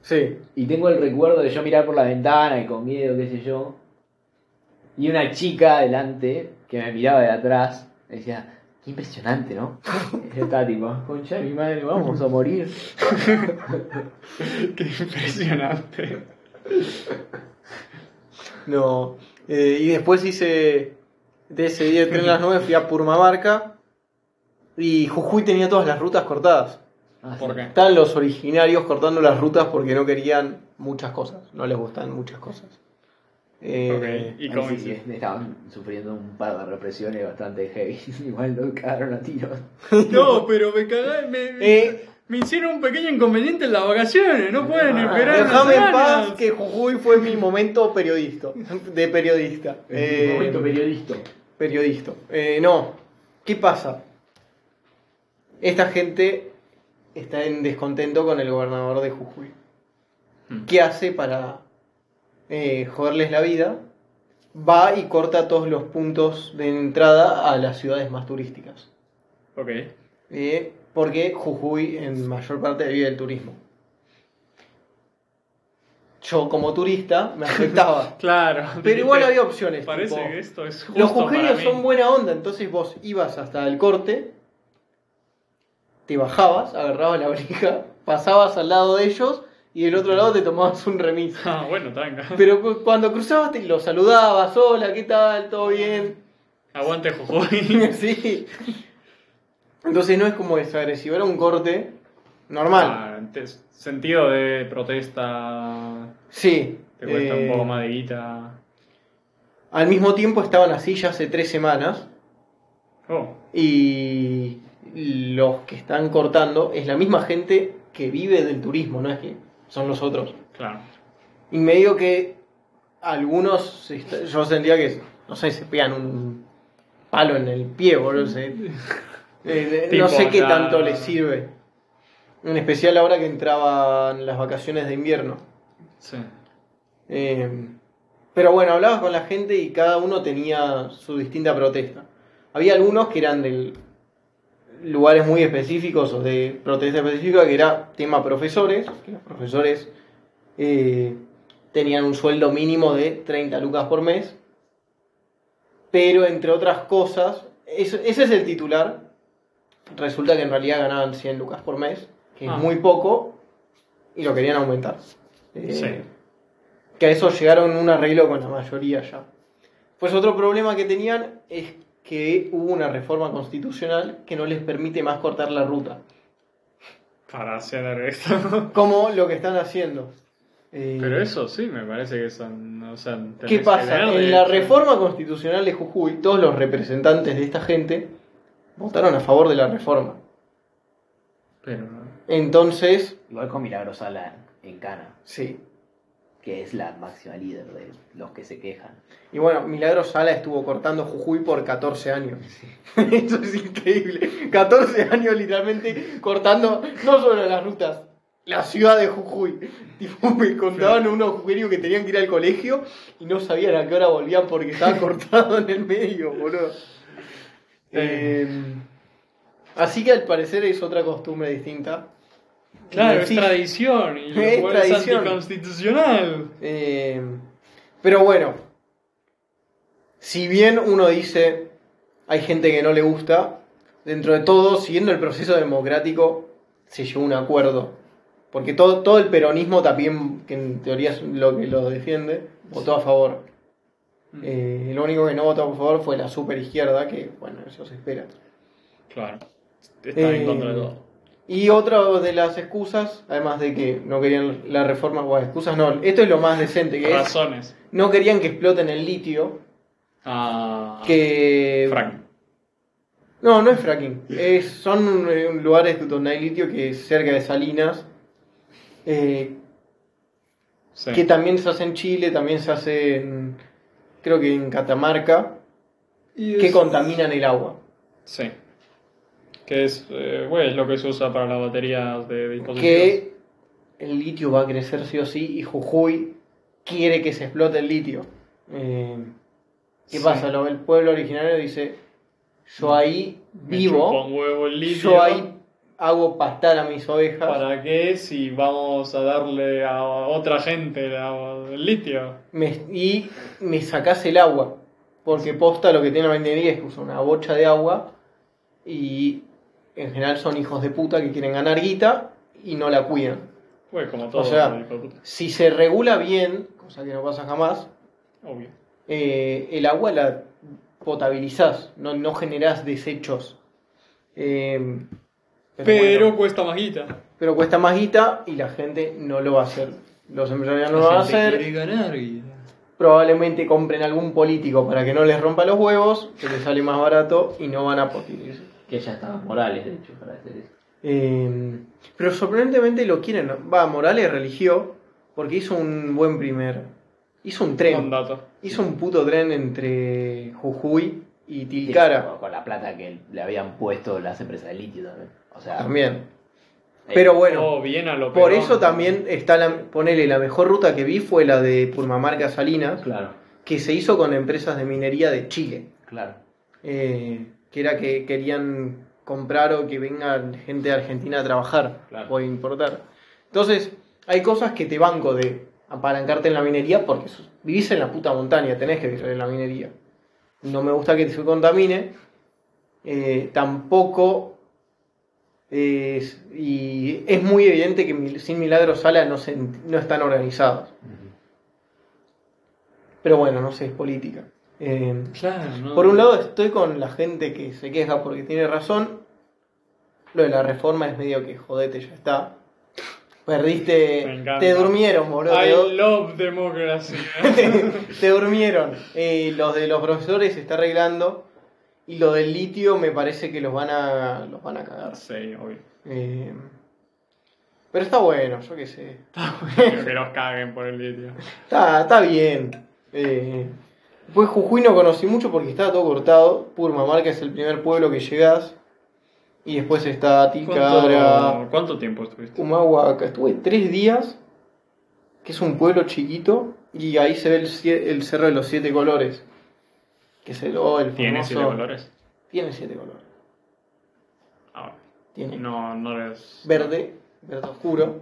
Speaker 1: Sí.
Speaker 3: Y tengo el recuerdo de yo mirar por la ventana y con miedo, qué sé yo. Y una chica adelante que me miraba de atrás. me Decía, qué impresionante, ¿no? Y yo estaba tipo, concha de mi madre, vamos a morir.
Speaker 2: Qué impresionante.
Speaker 1: No. Eh, y después hice. De ese día de tren a las 9 fui a Purmamarca. Y Jujuy tenía todas las rutas cortadas.
Speaker 3: Ah,
Speaker 2: ¿Por
Speaker 3: sí.
Speaker 2: qué?
Speaker 1: Están los originarios cortando las rutas porque no querían muchas cosas. No les gustan muchas cosas. Eh,
Speaker 2: Ok, ¿Y
Speaker 3: Ahí
Speaker 2: cómo
Speaker 3: sí,
Speaker 2: hiciste?
Speaker 3: sí, estaban sufriendo un par de represiones bastante heavy. Igual lo cagaron a tiros.
Speaker 2: No, pero me cagá, me, me-
Speaker 1: Eh. Ah,
Speaker 2: me hicieron un pequeño inconveniente en las vacaciones, no pueden esperar. unas
Speaker 1: Déjame en
Speaker 2: semanas.
Speaker 1: paz que Jujuy fue mi momento periodista. De periodista. Eh,
Speaker 3: momento periodista.
Speaker 1: periodista. Eh, no, ¿qué pasa? Esta gente está en descontento con el gobernador de Jujuy.
Speaker 2: Hmm.
Speaker 1: ¿Qué hace para eh, joderles la vida? Va y corta todos los puntos de entrada a las ciudades más turísticas.
Speaker 2: Ok.
Speaker 1: Eh, porque Jujuy en mayor parte vive del turismo. Yo como turista me afectaba.
Speaker 2: Claro.
Speaker 1: Pero igual
Speaker 2: Dijiste,
Speaker 1: había opciones.
Speaker 2: Parece
Speaker 1: tipo,
Speaker 2: que esto es justo
Speaker 1: los
Speaker 2: para
Speaker 1: jujeños
Speaker 2: mí.
Speaker 1: son buena onda, entonces vos ibas hasta el corte, te bajabas, agarrabas la oreja, pasabas al lado de ellos y del otro lado te tomabas un remis.
Speaker 2: Ah, bueno, tranca.
Speaker 1: Pero cu- cuando cruzabas te los saludabas, hola, ¿qué tal? ¿Todo bien?
Speaker 2: Aguante Jujuy.
Speaker 1: sí. Entonces no es como desagresivo, era un corte normal.
Speaker 2: Ah, te- sentido de protesta.
Speaker 1: Sí.
Speaker 2: Te cuesta
Speaker 1: eh,
Speaker 2: un poco más de guita.
Speaker 1: Al mismo tiempo estaban así ya hace tres semanas.
Speaker 2: Oh,
Speaker 1: Y los que están cortando es la misma gente que vive del turismo, no es que son los otros.
Speaker 2: claro.
Speaker 1: Y medio que algunos, se está- yo sentía que, no sé, se pegan un palo en el pie, boludo. se- eh, eh,
Speaker 2: Tipo,
Speaker 1: no sé qué
Speaker 2: ya-
Speaker 1: tanto les sirve. En especial ahora que entraban las vacaciones de invierno.
Speaker 2: Sí.
Speaker 1: Eh, Pero bueno, hablabas con la gente y cada uno tenía su distinta protesta. Había algunos que eran de lugares muy específicos o de protesta específica, que era tema profesores, que los profesores eh, tenían un sueldo mínimo de 30 lucas por mes. Pero entre otras cosas, eso- ese es el titular. Resulta que en realidad ganaban 100 lucas por mes, que
Speaker 2: Ah.
Speaker 1: es muy poco, y lo querían aumentar. Eh,
Speaker 2: Sí.
Speaker 1: Que a eso llegaron un arreglo con la mayoría ya. Pues otro problema que tenían es que hubo una reforma constitucional que no les permite más cortar la ruta.
Speaker 2: Para hacer esto.
Speaker 1: Como lo que están haciendo. Eh,
Speaker 2: Pero eso sí, me parece que son. O sea, tenés
Speaker 1: ¿Qué
Speaker 2: que
Speaker 1: pasa?
Speaker 2: ver, de
Speaker 1: En la
Speaker 2: hecho.
Speaker 1: reforma constitucional de Jujuy, todos los representantes de esta gente votaron a favor de la reforma.
Speaker 2: Pero.
Speaker 1: Entonces,
Speaker 3: Igual con Milagrosala en Cana,
Speaker 1: sí.
Speaker 3: que es la máxima líder de los que se quejan.
Speaker 1: Y bueno, Milagro Sala estuvo cortando Jujuy por 14 años. Eso es increíble. 14 años literalmente cortando no solo las rutas, la ciudad de Jujuy. Tipo, me contaban unos jujeños que tenían que ir al colegio y no sabían a qué hora volvían porque estaba cortado en el medio, boludo. Eh, así que al parecer es otra costumbre distinta.
Speaker 2: Claro, es
Speaker 1: Sí.
Speaker 2: tradición. Y lo
Speaker 1: Es
Speaker 2: cual es
Speaker 1: tradición.
Speaker 2: anticonstitucional.
Speaker 1: Eh, pero bueno, si bien uno dice hay gente que no le gusta, dentro de todo, siguiendo el proceso democrático, se llegó a un acuerdo. Porque todo, todo el peronismo también, que en teoría es lo que lo defiende, votó a favor.
Speaker 2: Mm.
Speaker 1: Eh, lo único que no votó a favor fue la superizquierda, que bueno, eso se espera.
Speaker 2: Claro. Están en
Speaker 1: Eh,
Speaker 2: contra de todo.
Speaker 1: Y otra de las excusas, además de que no querían la reforma, bueno, excusas no, esto es lo más decente que es.
Speaker 2: Razones.
Speaker 1: No querían que exploten el litio,
Speaker 2: Ah,
Speaker 1: que
Speaker 2: Frank.
Speaker 1: no no es fracking es, son eh, lugares donde hay litio que es cerca de Salinas eh,
Speaker 2: Sí.
Speaker 1: que también se hace en Chile también se hace en, creo que en Catamarca que contaminan el agua
Speaker 2: Sí. Que es, eh, bueno, es lo que se usa para las baterías de dispositivos.
Speaker 1: que el litio va a crecer sí o sí y Jujuy quiere que se explote el litio Eh, qué
Speaker 2: Sí.
Speaker 1: pasa Lo- el pueblo originario dice yo ahí
Speaker 2: Me
Speaker 1: vivo
Speaker 2: chupa un huevo el litio.
Speaker 1: yo ahí hago pastar a mis ovejas
Speaker 2: ¿Para qué si vamos a darle a otra gente la- el litio?
Speaker 1: me- y me sacás el agua. Porque posta lo que tiene la minería es que usa una bocha de agua y en general son hijos de puta que quieren ganar guita y no la cuidan.
Speaker 2: Pues como todo,
Speaker 1: sea,
Speaker 2: hijo de puta.
Speaker 1: Si se regula bien, cosa que no pasa jamás,
Speaker 2: obvio.
Speaker 1: eh, el agua la potabilizás, no, no generás desechos. Eh,
Speaker 2: Pero,
Speaker 1: bueno,
Speaker 2: cuesta más guita.
Speaker 1: pero cuesta más guita y la gente no lo va a hacer. Los empresarios no lo van a hacer.
Speaker 2: ganar guita.
Speaker 1: probablemente compren algún político para que no les rompa los huevos, que les sale más barato y no van a potir.
Speaker 3: Que ya estaban morales, de hecho, para hacer eso.
Speaker 1: Eh, pero sorprendentemente lo quieren. Va, Morales religió porque hizo un buen primer. Hizo un tren.
Speaker 2: Un dato.
Speaker 1: Hizo un puto tren entre Jujuy y Tilcara.
Speaker 3: Con- Con la plata que le habían puesto las empresas de litio también. O sea,
Speaker 1: También.
Speaker 3: eh,
Speaker 1: Pero bueno,
Speaker 2: Oh, bien a lo
Speaker 1: por
Speaker 2: pegón.
Speaker 1: eso también está la. Ponele, la mejor ruta que vi fue la de Purmamarca Salinas,
Speaker 3: Claro,
Speaker 1: que se hizo con empresas de minería de Chile.
Speaker 3: claro.
Speaker 1: eh, que era que querían comprar o que venga gente de Argentina a trabajar
Speaker 3: Claro.
Speaker 1: o a importar. Entonces, hay cosas que te banco de apalancarte en la minería porque sos- vivís en la puta montaña, tenés que vivir en la minería. No me gusta que se contamine, eh, tampoco es, y es muy evidente que Mil- sin Milagro Sala no, se ent- no están organizados. Pero bueno, no sé, es política. Eh,
Speaker 2: Claro, no.
Speaker 1: por un lado estoy con la gente que se queja porque tiene razón. Lo de la reforma es medio que jodete, ya está.
Speaker 2: Me
Speaker 1: Perdiste.
Speaker 2: encanta.
Speaker 1: Te durmieron, boludo.
Speaker 2: I
Speaker 1: Te, du-
Speaker 2: love democracy.
Speaker 1: te durmieron. Eh, los de los profesores se está arreglando. Y lo del litio me parece que los van a. los van a cagar.
Speaker 2: sí, obvio.
Speaker 1: Eh, pero está bueno, yo qué sé.
Speaker 2: Quiero que los caguen por el litio.
Speaker 1: Está, está bien. Eh, pues Jujuy no conocí mucho porque estaba todo cortado. Purmamarca es el primer pueblo que llegás. Y después está Tilcara,
Speaker 2: ¿Cuánto, cuánto tiempo estuviste?
Speaker 1: Humahuaca. Estuve tres días, que es un pueblo chiquito. Y ahí se ve el, cie- el cerro de los siete colores. Que es el, oh, el famoso.
Speaker 2: ¿Tiene siete colores?
Speaker 1: Tiene siete colores.
Speaker 2: Ahora.
Speaker 1: Tiene
Speaker 2: No, no les.
Speaker 1: verde, verde oscuro,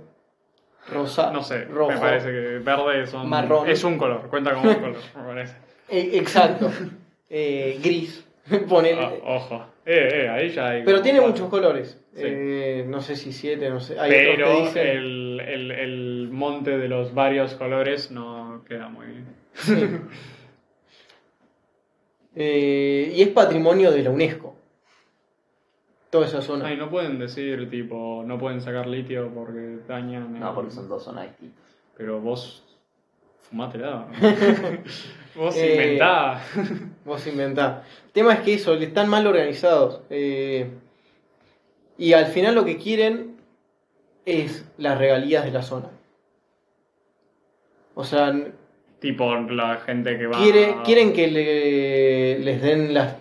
Speaker 1: rosa,
Speaker 2: No sé,
Speaker 1: rojo.
Speaker 2: me parece que verde son,
Speaker 1: Marrón.
Speaker 2: es un color, cuenta como un color, me parece.
Speaker 1: E- exacto. Eh, gris. Ponele.
Speaker 2: O- Ah, ojo. Eh, eh, ahí ya hay.
Speaker 1: Pero
Speaker 2: como
Speaker 1: tiene
Speaker 2: cuatro.
Speaker 1: muchos colores.
Speaker 2: Sí.
Speaker 1: Eh, no sé si siete, no sé. Hay otros que
Speaker 2: Pero
Speaker 1: dicen-
Speaker 2: el, el, el monte de los varios colores no queda muy bien.
Speaker 1: Eh, y es patrimonio de la UNESCO. Toda esa zona.
Speaker 2: Ay, no pueden decir, tipo, no pueden sacar litio porque dañan. el-
Speaker 3: No, porque son dos zonas distintas.
Speaker 2: Pero vos. Fumátela. vos
Speaker 1: Eh,
Speaker 2: inventá.
Speaker 1: Vos inventá. El tema es que eso, que están mal organizados. eh, y al final lo que quieren es las regalías de la zona. O sea, n-
Speaker 2: tipo, la gente que va.
Speaker 1: quiere- quieren que le- les den las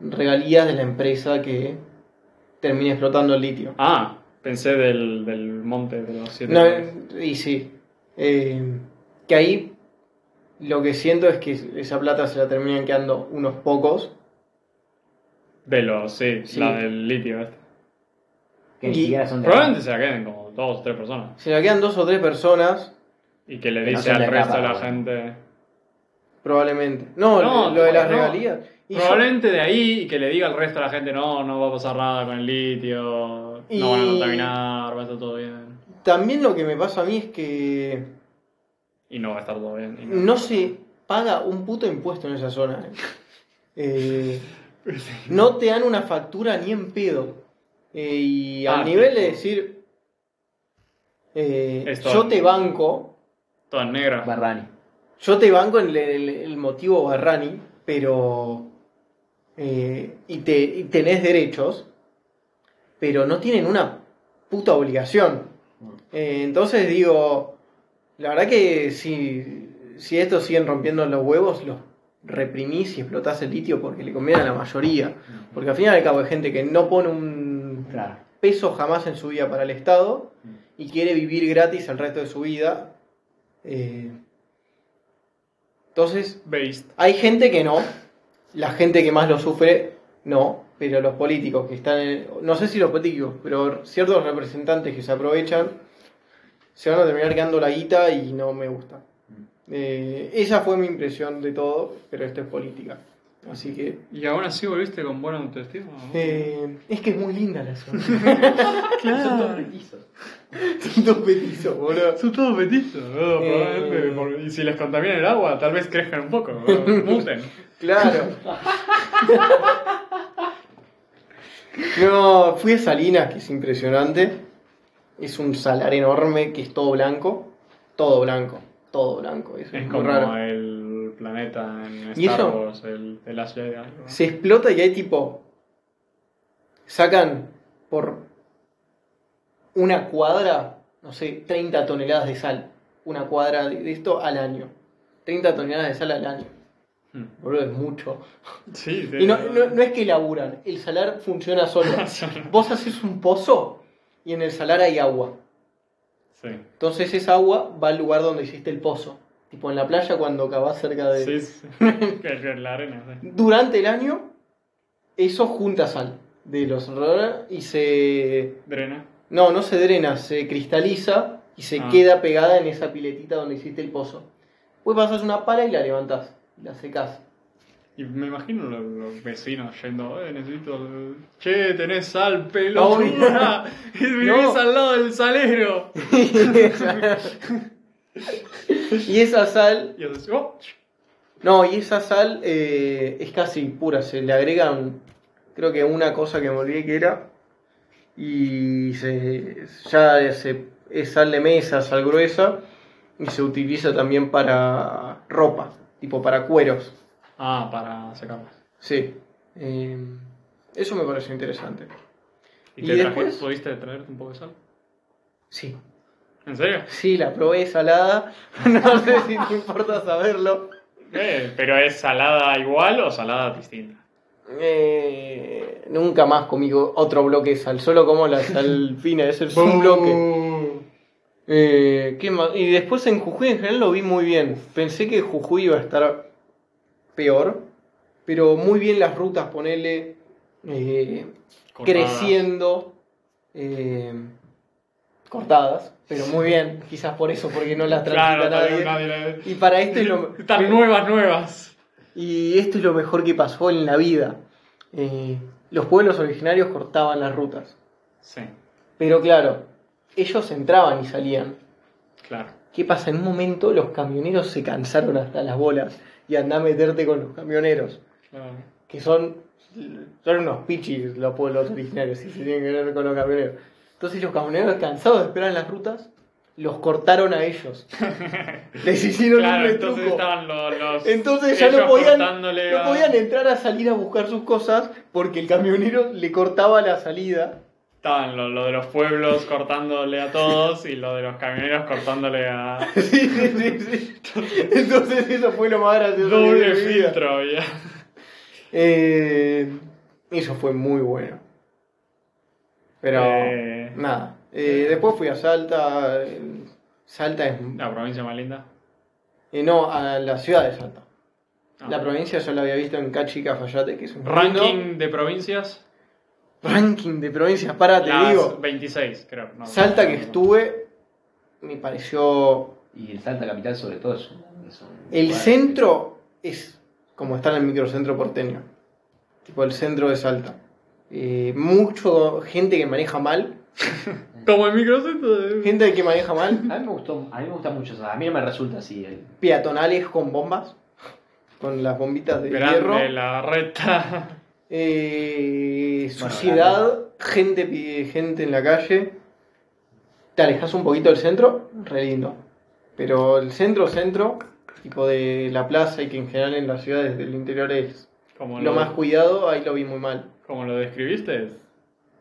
Speaker 1: regalías de la empresa que termine explotando el litio.
Speaker 2: Ah, pensé del, del monte de los siete.
Speaker 1: No,
Speaker 2: colores.
Speaker 1: y sí. Eh, que ahí lo que siento es que esa plata se la terminan quedando unos pocos.
Speaker 2: De los, sí,
Speaker 1: Sí.
Speaker 2: la del litio. Este.
Speaker 3: Que ni
Speaker 1: Y-
Speaker 3: siquiera son de
Speaker 2: Probablemente se la queden como dos o tres personas.
Speaker 1: Se la quedan dos o tres personas,
Speaker 2: Y que le
Speaker 3: Que no
Speaker 2: dice
Speaker 3: se
Speaker 2: al
Speaker 3: le
Speaker 2: resto de
Speaker 3: escapa,
Speaker 2: la
Speaker 3: bueno.
Speaker 2: gente.
Speaker 1: probablemente. No,
Speaker 2: No,
Speaker 1: lo, lo de las
Speaker 2: no.
Speaker 1: regalías. Y yo-
Speaker 2: Probablemente de ahí y que le diga al resto de la gente, no, no va a pasar nada con el litio,
Speaker 1: Y-
Speaker 2: no van a contaminar, va a estar todo bien.
Speaker 1: también lo que me pasa a mí es que
Speaker 2: Y no va a estar todo bien. y no.
Speaker 1: no se paga un puto impuesto en esa zona. eh. Eh, no te dan una factura ni en pedo. Eh, y al
Speaker 2: Ah,
Speaker 1: nivel de
Speaker 2: tipo-
Speaker 1: decir, eh,
Speaker 2: Esto-
Speaker 1: yo te banco,
Speaker 2: Todo en negro.
Speaker 3: Barrani.
Speaker 1: Yo te banco en el, el- el motivo Barrani, pero. eh, y, te, y tenés derechos, pero no tienen una puta obligación. Eh, entonces digo, la verdad que si, si estos siguen rompiendo los huevos, los reprimís y explotás el litio porque le conviene a la mayoría. Porque al final y al cabo hay gente que no pone un
Speaker 3: Claro.
Speaker 1: peso jamás en su vida para el Estado y quiere vivir gratis el resto de su vida. Eh, entonces,
Speaker 2: Based.
Speaker 1: hay gente que no, la gente que más lo sufre, no, pero los políticos que están, en- no sé si los políticos, pero ciertos representantes que se aprovechan, se van a terminar quedando la guita y no me gusta. Eh, esa fue mi impresión de todo, pero esto es política. Así que...
Speaker 2: Y aún así volviste con buena autoestima. ¿no?
Speaker 1: eh, es que es muy linda la zona.
Speaker 3: Son dos petizos.
Speaker 1: Dos petizos, boludo.
Speaker 2: Son todos petizos, boludo,
Speaker 1: Eh.
Speaker 2: probablemente, por- Y si les contaminan el agua, tal vez crezcan un poco, boludo, muten.
Speaker 1: Claro. no, fui a Salinas, que es impresionante. Es un salar enorme que es todo blanco. Todo blanco, todo blanco. Eso es,
Speaker 2: Es
Speaker 1: muy
Speaker 2: como
Speaker 1: raro.
Speaker 2: el planeta en
Speaker 1: ¿Y
Speaker 2: Star
Speaker 1: eso?
Speaker 2: Wars, el, el Last Jedi, ¿no?
Speaker 1: Se explota y hay tipo. Sacan por una cuadra, no sé, 30 toneladas de sal. Una cuadra de de esto al año. 30 toneladas de sal al año.
Speaker 2: Hmm.
Speaker 1: Boludo, es mucho.
Speaker 2: Sí, sí.
Speaker 1: Y no, no- no es que laburan, el salar funciona solo. Vos haces un pozo y en el salar hay agua.
Speaker 2: Sí.
Speaker 1: Entonces esa agua va al lugar donde hiciste el pozo. Tipo en la playa cuando cavás cerca de...
Speaker 2: Sí, sí. Que- que la arena, sí.
Speaker 1: Durante el año, eso junta sal de los y se...
Speaker 2: Drena.
Speaker 1: No, no se drena, se cristaliza y se
Speaker 2: Ah.
Speaker 1: queda pegada en esa piletita donde hiciste el pozo. Vos pasás una pala y la levantás, la secás.
Speaker 2: Y me imagino los, los vecinos yendo, eh, necesito. Che, tenés sal,
Speaker 1: No.
Speaker 2: pelotuda. Y vivís
Speaker 1: No.
Speaker 2: al lado del salero.
Speaker 1: Y esa sal
Speaker 2: Y haces, oh,
Speaker 1: No, y esa sal eh, es casi pura, se le agregan, creo que una cosa que me olvidé que era, y se, ya se, es sal de mesa, sal gruesa, y se utiliza también para ropa, tipo para cueros.
Speaker 2: Ah, para sacarla.
Speaker 1: Sí, Eh, eso me pareció interesante.
Speaker 2: ¿Y,
Speaker 1: ¿Y
Speaker 2: te traje-
Speaker 1: después?
Speaker 2: pudiste traerte un poco de sal?
Speaker 1: Sí,
Speaker 2: ¿En serio?
Speaker 1: sí, la probé salada, no sé si te importa saberlo.
Speaker 2: Eh, ¿Pero es salada igual o salada distinta?
Speaker 1: Eh, nunca más comí otro bloque de sal, solo como la sal fina, es el un bloque. Eh, ¿qué más? Y después en Jujuy en general lo vi muy bien. Pensé que Jujuy iba a estar peor, pero muy bien las rutas, ponele, eh,
Speaker 2: Cortadas.
Speaker 1: creciendo, eh, cortadas, pero muy bien, quizás por eso, porque no las transita
Speaker 2: Claro,
Speaker 1: nadie.
Speaker 2: nadie, nadie la-
Speaker 1: Y para esto es Este lo
Speaker 2: Tan nuevas, nuevas.
Speaker 1: y esto es lo mejor que pasó en la vida. Eh, los pueblos originarios cortaban las rutas,
Speaker 2: Sí,
Speaker 1: pero claro, ellos entraban y salían.
Speaker 2: claro.
Speaker 1: ¿Qué pasa? En un momento los camioneros se cansaron hasta las bolas y andá a meterte con los camioneros,
Speaker 2: claro.
Speaker 1: que son, son unos pichis los pueblos originarios, si se tienen que ver con los camioneros. Entonces los camioneros cansados de esperar en las rutas, los cortaron a ellos. Les hicieron
Speaker 2: Claro,
Speaker 1: un
Speaker 2: entonces
Speaker 1: retruco.
Speaker 2: estaban los. los-
Speaker 1: Entonces ya no
Speaker 2: ellos
Speaker 1: podían,
Speaker 2: cortándole
Speaker 1: no
Speaker 2: a-
Speaker 1: podían entrar a salir a buscar sus cosas porque el camionero le cortaba la salida.
Speaker 2: Estaban lo, lo de los pueblos cortándole a todos y lo de los camioneros cortándole a.
Speaker 1: Sí, sí, sí, sí. Entonces eso fue lo más gracioso. que vi
Speaker 2: Doble
Speaker 1: en mi vida.
Speaker 2: filtro, ya.
Speaker 1: Eh, eso fue muy bueno. Pero
Speaker 2: Eh.
Speaker 1: nada. Eh, después fui a Salta. eh, Salta es.
Speaker 2: La provincia más linda.
Speaker 1: eh, no, a la ciudad de Salta.
Speaker 2: Ah.
Speaker 1: La provincia yo la había visto en Cachi y Cafayate, que es un lindo-
Speaker 2: Ranking de provincias.
Speaker 1: ranking de provincias. Para, te
Speaker 2: Las
Speaker 1: digo.
Speaker 2: 26, creo. No,
Speaker 1: Salta
Speaker 2: no,
Speaker 1: que
Speaker 2: no.
Speaker 1: estuve, me pareció...
Speaker 3: Y el Salta Capital sobre todo es un... es un
Speaker 1: El
Speaker 3: lugar-
Speaker 1: centro es como estar en el microcentro porteño. Tipo el centro de Salta. Eh, mucho gente que maneja mal.
Speaker 2: Como el microcentro. de-
Speaker 1: Gente que maneja mal.
Speaker 3: A mí me gustó, a mí me gusta mucho Salta. A mí no me resulta así. eh. el-
Speaker 1: Peatonales con bombas. Con las bombitas de hierro.
Speaker 2: Grande, la recta.
Speaker 1: Eh,
Speaker 3: Bueno,
Speaker 1: suciedad. gente, pi- gente en la calle. Te alejas un poquito del centro. Re lindo. Pero el centro, centro. Tipo de la plaza y que en general en las ciudades del interior es
Speaker 2: Como
Speaker 1: lo más cuidado, ahí lo vi muy mal.
Speaker 2: Como lo describiste, es,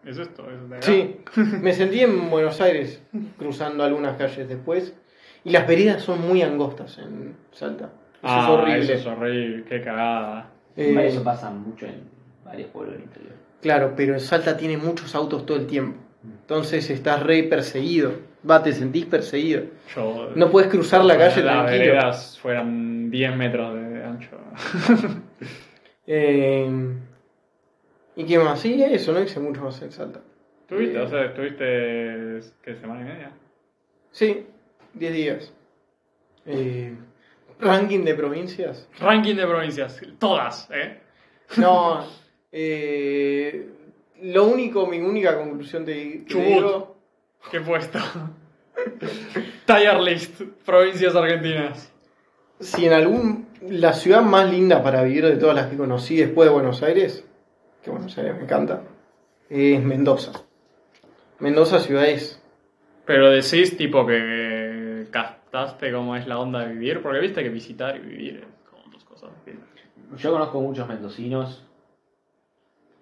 Speaker 2: es esto. Es de acá.
Speaker 1: Sí, me sentí en Buenos Aires cruzando algunas calles después. Y las veredas son muy angostas en Salta. Eso
Speaker 2: Ah,
Speaker 1: es horrible.
Speaker 2: Eso es horrible, qué cagada.
Speaker 1: Eh,
Speaker 3: Eso pasa mucho en varios pueblos del interior.
Speaker 1: claro, pero en Salta tiene muchos autos todo el tiempo. Entonces estás re perseguido. Va, te sentís perseguido.
Speaker 2: Yo,
Speaker 1: No puedes cruzar la
Speaker 2: ojalá
Speaker 1: calle
Speaker 2: Las
Speaker 1: tranquilo.
Speaker 2: veredas fueran 10 metros de ancho.
Speaker 1: Eh, ¿Y qué más? Sí, eso, no hice mucho más en Salta.
Speaker 2: ¿Tuviste? O sea, ¿tuviste qué semana y media?
Speaker 1: Sí, 10 días. Eh, ranking de provincias.
Speaker 2: Ranking de provincias, todas, ¿eh?
Speaker 1: No, eh, lo único, mi única conclusión de que
Speaker 2: Chubut.
Speaker 1: digo,
Speaker 2: ¿Qué puesto? Tier list, provincias argentinas.
Speaker 1: si en algún la ciudad más linda para vivir de todas las que conocí después de Buenos Aires, que Buenos Aires me encanta, es Mendoza. Mendoza ciudad es
Speaker 2: Pero decís, tipo, que captaste cómo es la onda de vivir, porque viste que visitar y vivir es como dos cosas. distintas.
Speaker 3: Yo conozco muchos mendocinos.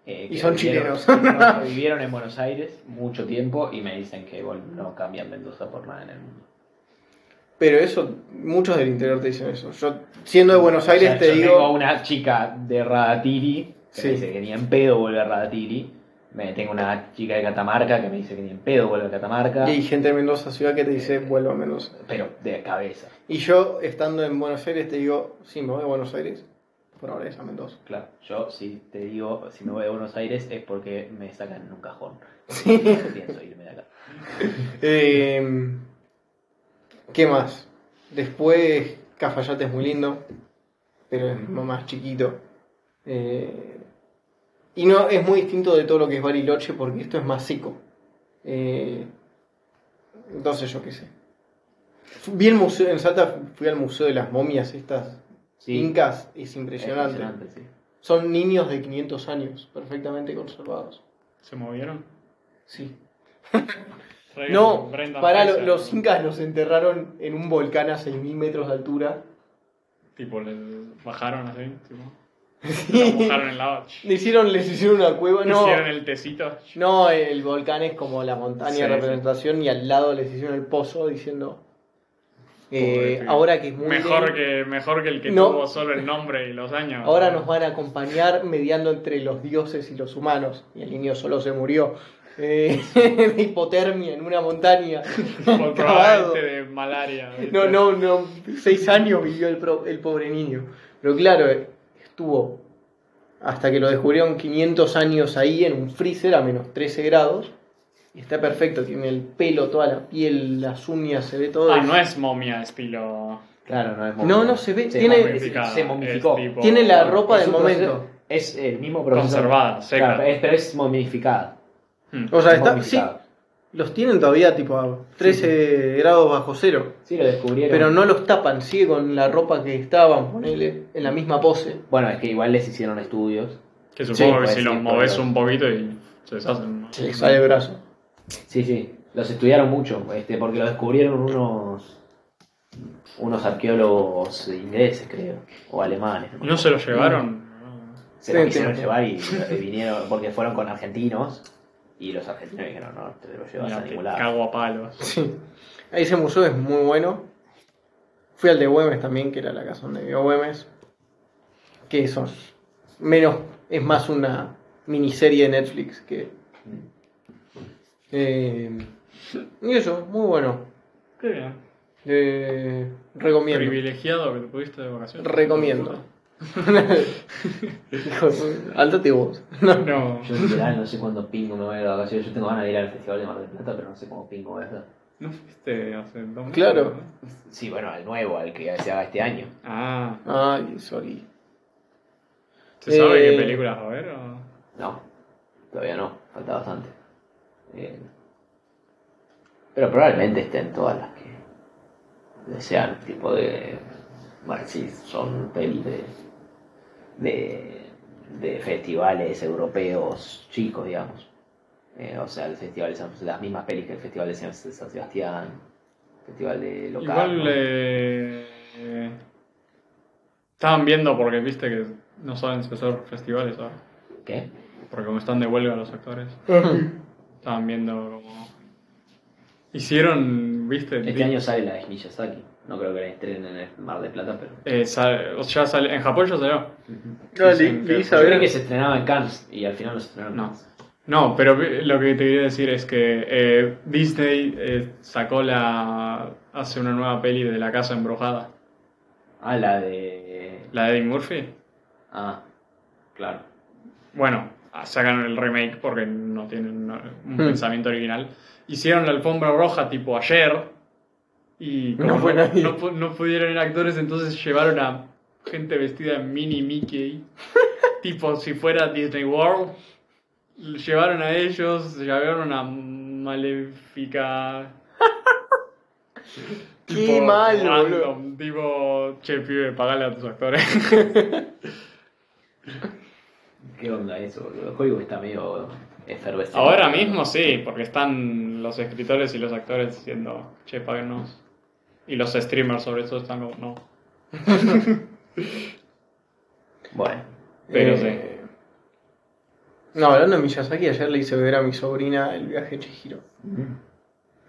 Speaker 3: eh,
Speaker 1: Y son
Speaker 3: vivieron-
Speaker 1: chilenos.
Speaker 3: que vivieron en Buenos Aires mucho tiempo y me dicen que bueno, no cambian Mendoza por nada en el mundo.
Speaker 1: pero eso, muchos del interior te dicen eso. Yo, siendo de Buenos Aires,
Speaker 3: O sea,
Speaker 1: te
Speaker 3: yo
Speaker 1: digo.
Speaker 3: Tengo una chica de Radatiri que
Speaker 1: Sí.
Speaker 3: me dice que ni en pedo vuelve a Radatiri. Me, tengo una chica de Catamarca que me dice que ni en pedo vuelve a Catamarca.
Speaker 1: Y hay gente de Mendoza ciudad que te dice, vuelvo a Mendoza.
Speaker 3: Pero de cabeza,
Speaker 1: Y yo, estando en Buenos Aires, te digo, sí, me voy a Buenos Aires, por ahora es a Mendoza.
Speaker 3: claro. Yo si te digo, si me voy a Buenos Aires es porque me sacan en un cajón. Pienso irme de acá.
Speaker 1: Eh, ¿Qué más? Después, Cafayate es muy lindo, pero es más chiquito. Eh, y no es muy distinto de todo lo que es Bariloche porque esto es más seco. Eh, entonces, yo qué sé. Vi el museo, en Salta fui al Museo de las Momias, estas
Speaker 3: Sí,
Speaker 1: incas, es
Speaker 3: es
Speaker 1: impresionante.
Speaker 3: impresionante, sí.
Speaker 1: Son niños de 500 años, perfectamente conservados.
Speaker 2: ¿Se movieron?
Speaker 1: Sí.
Speaker 2: Re-
Speaker 1: No,
Speaker 2: Brendan
Speaker 1: para
Speaker 2: Fraser,
Speaker 1: los incas los enterraron en un volcán a 6.000 metros de altura.
Speaker 2: Tipo, les bajaron así, tipo. Los mojaron en lava. ch-
Speaker 1: Le hicieron, les hicieron una cueva, no.
Speaker 2: Hicieron el tecito.
Speaker 1: No, el volcán es como la montaña
Speaker 2: Sí,
Speaker 1: de
Speaker 2: sí.
Speaker 1: representación y al lado les hicieron el pozo diciendo... eh,
Speaker 2: Pobre pibe.
Speaker 1: ahora que es muy
Speaker 2: Mejor
Speaker 1: bien,
Speaker 2: que, mejor que el que
Speaker 1: No.
Speaker 2: tuvo solo el nombre y los años.
Speaker 1: ahora nos van a acompañar mediando entre los dioses y los humanos. Y el niño solo se murió. eh, de hipotermia en una montaña.
Speaker 2: Por
Speaker 1: Acabado.
Speaker 2: probablemente de malaria. ¿viste?
Speaker 1: No, no, no. Seis años vivió el, pro- el pobre niño. Pero claro, eh, estuvo hasta que lo descubrieron 500 años ahí en un freezer a menos 13 grados. Y está perfecto, tiene el pelo, toda la piel, las uñas, se ve todo.
Speaker 2: Ah, no es momia, estilo.
Speaker 3: Claro, no es
Speaker 1: No, no se ve,
Speaker 3: Se
Speaker 1: tiene-
Speaker 3: momificó. Se
Speaker 2: momificada,
Speaker 3: momificó.
Speaker 2: es tipo-
Speaker 1: Tiene la ropa
Speaker 3: Es
Speaker 1: del
Speaker 3: un proceso-
Speaker 1: momento.
Speaker 3: Es el mismo proceso.
Speaker 2: Conservada, seca.
Speaker 3: Claro, es- pero es momificada.
Speaker 2: Hmm.
Speaker 1: O sea, está, sí,
Speaker 3: Momificada.
Speaker 1: los tienen todavía tipo a 13 grados bajo cero.
Speaker 3: Sí, lo descubrieron.
Speaker 1: Pero no los tapan, sigue con la ropa que estaban, ponele, en la misma pose.
Speaker 3: Bueno, es que igual les hicieron estudios.
Speaker 2: Que supongo que
Speaker 3: puede
Speaker 2: si los
Speaker 3: ser,
Speaker 2: moves
Speaker 3: pero-
Speaker 2: un poquito y se deshacen. ¿no?
Speaker 1: Se les sale el brazo.
Speaker 3: Sí, sí. Los estudiaron mucho, este, porque lo descubrieron unos unos arqueólogos ingleses, creo, o alemanes. me acuerdo.
Speaker 2: No se los llevaron.
Speaker 3: Se los
Speaker 1: Sí,
Speaker 3: quisieron
Speaker 1: sí.
Speaker 3: llevar y, y vinieron, porque fueron con argentinos, y los argentinos dijeron, no, te lo llevas
Speaker 2: Mira,
Speaker 3: a
Speaker 2: te
Speaker 3: ningún lado.
Speaker 2: cago a palos.
Speaker 1: Sí. Ese museo es muy bueno. Fui al de Güemes también, que era la casa donde vivió Güemes. Que son menos, es más una miniserie de Netflix que. Eh, y eso, muy bueno.
Speaker 2: Qué bien.
Speaker 1: Eh, recomiendo.
Speaker 2: Privilegiado que te pudiste de vacaciones.
Speaker 1: Recomiendo. Hijo de puta, Áltate vos.
Speaker 2: No.
Speaker 3: Yo literal no sé cuándo pingo me voy de vacaciones. Yo tengo ganas de ir al Festival de Mar del Plata, pero no sé cómo pingo voy a hacer.
Speaker 2: No fuiste hace dos meses.
Speaker 1: Claro.
Speaker 2: ¿no?
Speaker 3: Sí, bueno, al nuevo, al que se haga este año.
Speaker 2: Ah.
Speaker 1: Ay, sorry.
Speaker 2: ¿Se sabe
Speaker 1: Eh,
Speaker 2: qué películas va a ver o.?
Speaker 3: No, todavía no, falta bastante. Eh, pero probablemente estén todas las que desean, tipo de. Bueno, sí, son pelis de, de, de festivales europeos chicos, digamos. Eh, o sea, el festival de San- las mismas pelis que el festival de San San Sebastián, el festival de local.
Speaker 2: Igual eh, Estaban viendo porque viste que no saben empezar festivales ahora.
Speaker 3: ¿Qué?
Speaker 2: Porque como están de huelga los actores. Estaban viendo como. Hicieron, viste.
Speaker 3: Este
Speaker 2: Di-
Speaker 3: año sale la de Miyazaki. No creo que la estrenen en el Mar del Plata, pero.
Speaker 2: eh, sal- o sea, sale- en Japón ya salió. Dicen que-
Speaker 1: Lisa,
Speaker 3: Yo
Speaker 1: a
Speaker 3: creo
Speaker 1: ver.
Speaker 3: que se estrenaba en Cannes y al final no se estrenó en
Speaker 2: No.
Speaker 3: Cannes.
Speaker 2: No, pero vi- lo que te quería decir es que eh, Disney eh, sacó la. hace una nueva peli de La Casa Embrujada.
Speaker 3: Ah, la de.
Speaker 2: La de Eddie Murphy.
Speaker 3: Ah, claro.
Speaker 2: Bueno, sacan el remake porque no tienen no, un
Speaker 1: Hmm.
Speaker 2: pensamiento original. Hicieron la alfombra roja tipo ayer y como
Speaker 1: No fue nadie.
Speaker 2: no pu- no pudieron ir actores, entonces llevaron a gente vestida en mini Mickey, tipo si fuera Disney World. Llevaron a ellos, llevaron a Maléfica.
Speaker 1: Qué mal, boludo.
Speaker 2: random, Tipo, che, pibe, pagale a tus actores.
Speaker 3: ¿Qué onda eso? boludo? El juego está medio efervescente.
Speaker 2: Ahora mismo sí, porque están los escritores y los actores diciendo, che, páguenos. Y los streamers sobre todo están como, no.
Speaker 3: Bueno.
Speaker 2: Pero
Speaker 1: sí. Eh, No, hablando de Miyazaki, ayer le hice ver a mi sobrina el viaje de Chihiro.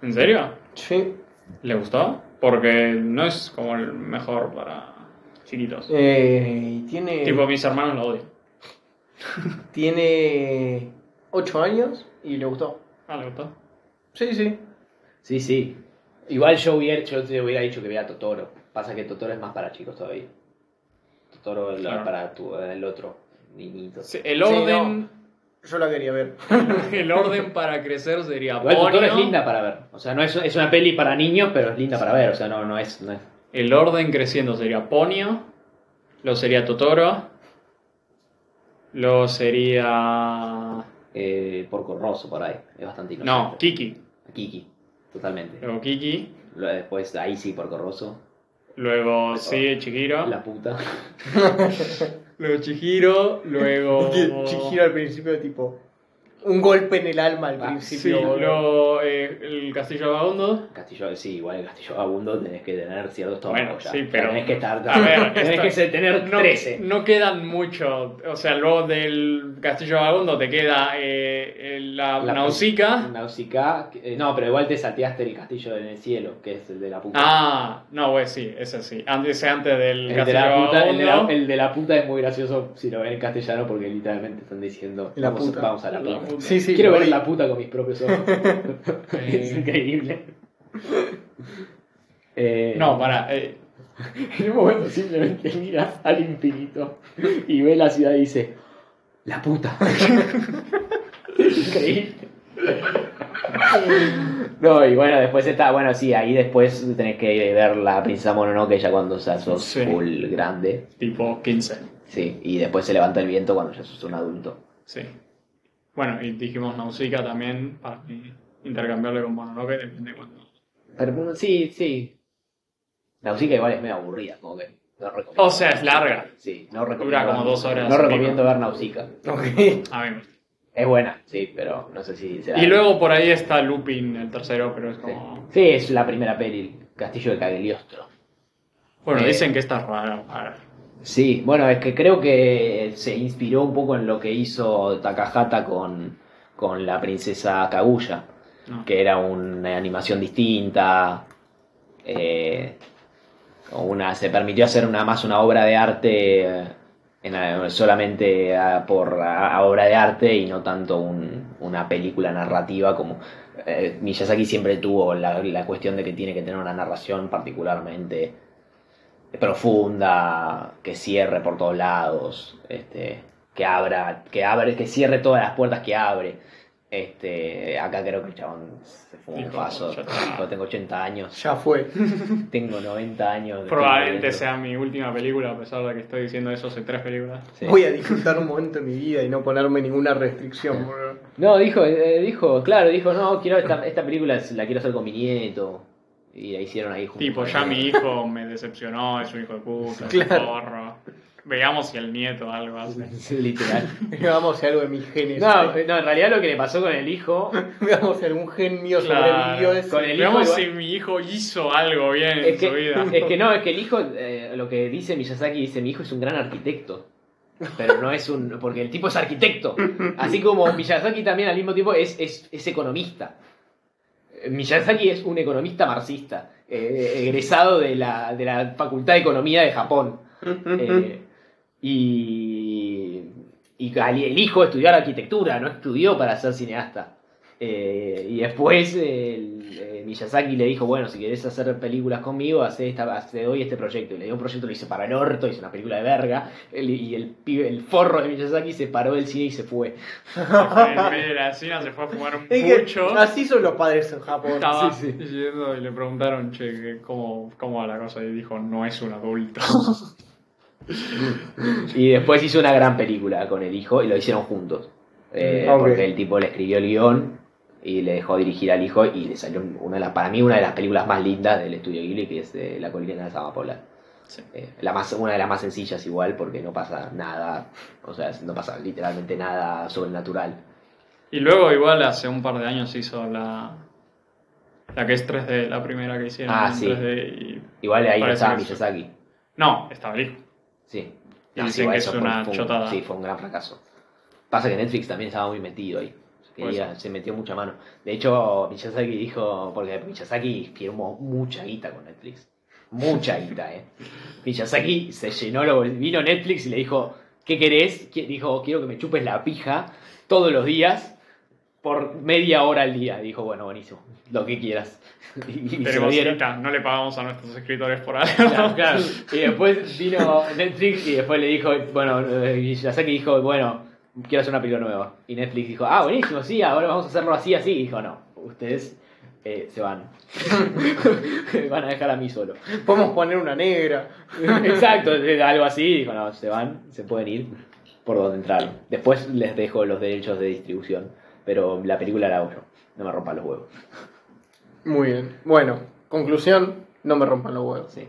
Speaker 2: ¿En serio?
Speaker 1: Sí.
Speaker 2: ¿Le gustó? Porque no es como el mejor para chiquitos.
Speaker 1: Eh, y tiene.
Speaker 2: Tipo, mis hermanos lo odian.
Speaker 1: Tiene 8 años y le gustó.
Speaker 2: Ah, ¿le gustó?
Speaker 1: Sí, sí.
Speaker 3: Sí, sí. Igual yo, hubiera, yo te hubiera dicho que vea Totoro. Pasa que Totoro es más para chicos todavía. Totoro es la-
Speaker 2: Claro.
Speaker 3: para tu, eh, el otro niñito.
Speaker 2: Sí, el
Speaker 1: Sí,
Speaker 2: orden
Speaker 1: Yo la quería ver.
Speaker 2: el orden para crecer sería
Speaker 3: Igual Totoro es
Speaker 2: Ponyo.
Speaker 3: linda para ver. O sea, no es, es una peli para niños, pero es linda para ver. O sea, no, no es. No es.
Speaker 2: El orden creciendo sería Ponio, lo sería Totoro, lo sería...
Speaker 3: Eh, porco rosso por ahí. Es bastante inocente.
Speaker 2: No, Kiki.
Speaker 3: Kiki. Totalmente.
Speaker 2: Luego Kiki,
Speaker 3: Luego Después, ahí sí, porco rosso.
Speaker 2: Luego sigue Chihiro.
Speaker 3: La puta.
Speaker 2: Luego Chihiro. Luego.
Speaker 1: Que Chihiro al principio, tipo. Un golpe en el alma al
Speaker 3: Ah,
Speaker 2: Sí,
Speaker 1: principio. boludo.
Speaker 2: luego eh, el Castillo Vagabundo.
Speaker 3: Castillo, sí, igual en Castillo Abundo tenés que tener ciertos tomos
Speaker 2: Bueno,
Speaker 3: ya.
Speaker 2: sí,
Speaker 3: O sea,
Speaker 2: pero-
Speaker 3: Tenés que estar.
Speaker 2: A ver,
Speaker 3: tenés
Speaker 2: esto-
Speaker 3: que ser- tener
Speaker 2: No,
Speaker 3: 13.
Speaker 2: no quedan mucho. O sea, luego del Castillo Vagabundo te queda eh, eh, la,
Speaker 3: La-
Speaker 2: Nausica.
Speaker 3: Nausicaa, eh, no, pero igual te salteaste el castillo en el cielo, que es el de la puta.
Speaker 2: Ah, no, güey, sí, ese sí. Antes, ese antes del
Speaker 3: el, de
Speaker 2: Castillo
Speaker 3: la puta el, de la,
Speaker 2: Vagabundo.
Speaker 3: el de la puta es muy gracioso si lo ven en castellano porque literalmente están diciendo
Speaker 1: La
Speaker 3: vamos,
Speaker 1: puta.
Speaker 3: vamos a la
Speaker 2: La
Speaker 3: puta.
Speaker 2: punto.
Speaker 1: Sí, sí.
Speaker 4: Quiero
Speaker 1: lo
Speaker 4: ver
Speaker 1: vi.
Speaker 4: la puta con mis propios ojos.
Speaker 3: Es
Speaker 2: Eh,
Speaker 3: increíble. Eh,
Speaker 2: no, pará. eh,
Speaker 4: En un momento simplemente mira al infinito y ve la ciudad y dice, la puta. Increíble.
Speaker 3: No, y bueno, después está, bueno, sí, ahí después tenés que ver la princesa Mononoke ya cuando ya sos
Speaker 2: Sí.
Speaker 3: full grande.
Speaker 2: tipo 15.
Speaker 3: Sí, y después se levanta el viento cuando ya sos un adulto.
Speaker 2: Sí. Bueno, y dijimos Nausicaa también para intercambiarle con Mononoke, depende de cuándo.
Speaker 3: Pero bueno, sí, sí. Nausicaa igual es medio aburrida, como que no recomiendo.
Speaker 2: O sea, es larga.
Speaker 3: sí, no recomiendo.
Speaker 2: Oh, Dura como dos horas.
Speaker 3: No recomiendo ver Nausicaa.
Speaker 1: Ok.
Speaker 2: A mí me gusta.
Speaker 3: Es buena, sí, pero no sé si será.
Speaker 2: Y luego por ahí está Lupin, el tercero, pero es como.
Speaker 3: Sí, es la primera peli, Castillo de Cagliostro.
Speaker 2: Bueno,
Speaker 3: Eh.
Speaker 2: dicen que está rara. rara.
Speaker 3: Sí, bueno, es que creo que se inspiró un poco en lo que hizo Takahata con, con la princesa Kaguya,
Speaker 2: No.
Speaker 3: que era una animación distinta, eh, o una, se permitió hacer una, más una obra de arte eh, en- solamente ah, por ah, obra de arte y no tanto un- una película narrativa como... eh, Miyazaki siempre tuvo la, la cuestión de que tiene que tener una narración particularmente eh, profunda, que cierre por todos lados, este, que abra, que abre, que cierre todas las puertas que abre. Este, acá creo que el chabón se fue un
Speaker 2: Dijo,
Speaker 3: paso.
Speaker 2: "Ya está".
Speaker 3: Yo tengo 80 años,
Speaker 1: Ya fue.
Speaker 3: tengo 90 años.
Speaker 2: Probablemente
Speaker 3: estoy
Speaker 2: sea mi última película, a pesar de que estoy diciendo eso hace tres películas.
Speaker 3: muriendo. Sí.
Speaker 1: Voy a disfrutar un momento de mi vida y no ponerme ninguna restricción, boludo.
Speaker 3: No, dijo, eh, dijo, claro, dijo, no, quiero esta, esta película es- la quiero hacer con mi nieto. Y la hicieron ahí juntos.
Speaker 2: Tipo, ya mi hijo me decepcionó, es un hijo de puta, es un
Speaker 1: Claro.
Speaker 2: forro. Veamos si el nieto algo hace.
Speaker 3: Literal.
Speaker 1: Vamos a algo de mis genes.
Speaker 4: No, eh, no, en realidad lo que le pasó con el hijo
Speaker 1: Veamos si algún gen mío
Speaker 2: Claro.
Speaker 1: sobrevivió a eso.
Speaker 4: Con el hijo
Speaker 2: Veamos
Speaker 4: igual-
Speaker 2: si mi hijo hizo algo bien en
Speaker 3: es,
Speaker 2: su
Speaker 3: que,
Speaker 2: vida.
Speaker 3: es que no, es que el hijo, eh, lo que dice Miyazaki, dice, mi hijo es un gran arquitecto. Pero no es un... Porque el tipo es arquitecto. Así como Miyazaki también al mismo tiempo es, es, es economista. Eh, Miyazaki es un economista marxista, eh, egresado de la, de la Facultad de Economía de Japón. Eh, y, y Gali- el hijo estudió arquitectura, no estudió para ser cineasta. Eh, y después eh, el- eh, Miyazaki le dijo, bueno, si querés hacer películas conmigo, hacé esta, haz- te doy este proyecto. Y le dio un proyecto, lo hice para el orto, hizo una película de verga. El- y el, pibe- el forro de Miyazaki se paró del cine y se fue.
Speaker 2: En medio de la cena se fue a fumar un
Speaker 1: Es que
Speaker 2: pucho.
Speaker 1: así son los padres en Japón.
Speaker 2: Estaba
Speaker 1: Sí, sí.
Speaker 2: yendo y le preguntaron, che, que ¿cómo, ¿cómo va la cosa? Y dijo, no es un adulto.
Speaker 3: Y después hizo una gran película con el hijo y lo hicieron juntos. Eh,
Speaker 1: Ok.
Speaker 3: Porque el tipo le escribió el guión y le dejó dirigir al hijo y le salió una de las, para mí una de las películas más lindas del estudio Ghibli, que es eh, La colina de las amapolas.
Speaker 2: Sí.
Speaker 3: Eh, la más, una de las más sencillas igual porque no pasa nada, o sea, no pasa literalmente nada sobrenatural.
Speaker 2: Y luego igual hace un par de años hizo la... La que es 3D, la primera que hicieron
Speaker 3: Ah,
Speaker 2: en
Speaker 3: sí.
Speaker 2: 3D y...
Speaker 3: Igual ahí no
Speaker 2: Parece
Speaker 3: estaba
Speaker 2: que sí.
Speaker 3: Miyazaki.
Speaker 2: No, estaba el hijo.
Speaker 3: Sí.
Speaker 2: Y
Speaker 3: No,
Speaker 2: dicen
Speaker 3: sí, igual
Speaker 2: que
Speaker 3: eso
Speaker 2: es
Speaker 3: fue-
Speaker 2: una
Speaker 3: fue un-
Speaker 2: chotada.
Speaker 3: Sí, fue un gran fracaso. Pasa que Netflix también estaba muy metido ahí. Quería- se metió mucha mano. De hecho, Miyazaki dijo, porque Miyazaki firmó mucha guita con Netflix. Mucha guita, eh. Miyazaki se llenó, lo, vino Netflix y le dijo, ¿qué querés? Qui- Dijo, quiero que me chupes la pija todos los días por media hora al día. Dijo, bueno, buenísimo, lo que quieras. Y, y se lo
Speaker 2: Tenemos
Speaker 3: dieron.
Speaker 2: citas, no le pagamos a nuestros escritores por algo.
Speaker 4: Claro, claro.
Speaker 3: Y después vino Netflix y después le dijo, bueno, eh, Miyazaki dijo, bueno, quiero hacer una película nueva. Y Netflix dijo, ah, buenísimo, sí, ahora vamos a hacerlo así, así. Y dijo, no, ustedes eh, se van. van a dejar a mí solo.
Speaker 1: Podemos poner una negra.
Speaker 3: Exacto, eh, algo así. Dijo, no, se van, se pueden ir por donde entraron. Después les dejo los derechos de distribución, pero la película la hago yo. No me rompan los huevos.
Speaker 1: Muy bien. Bueno, conclusión, no me rompan los huevos.
Speaker 3: Sí.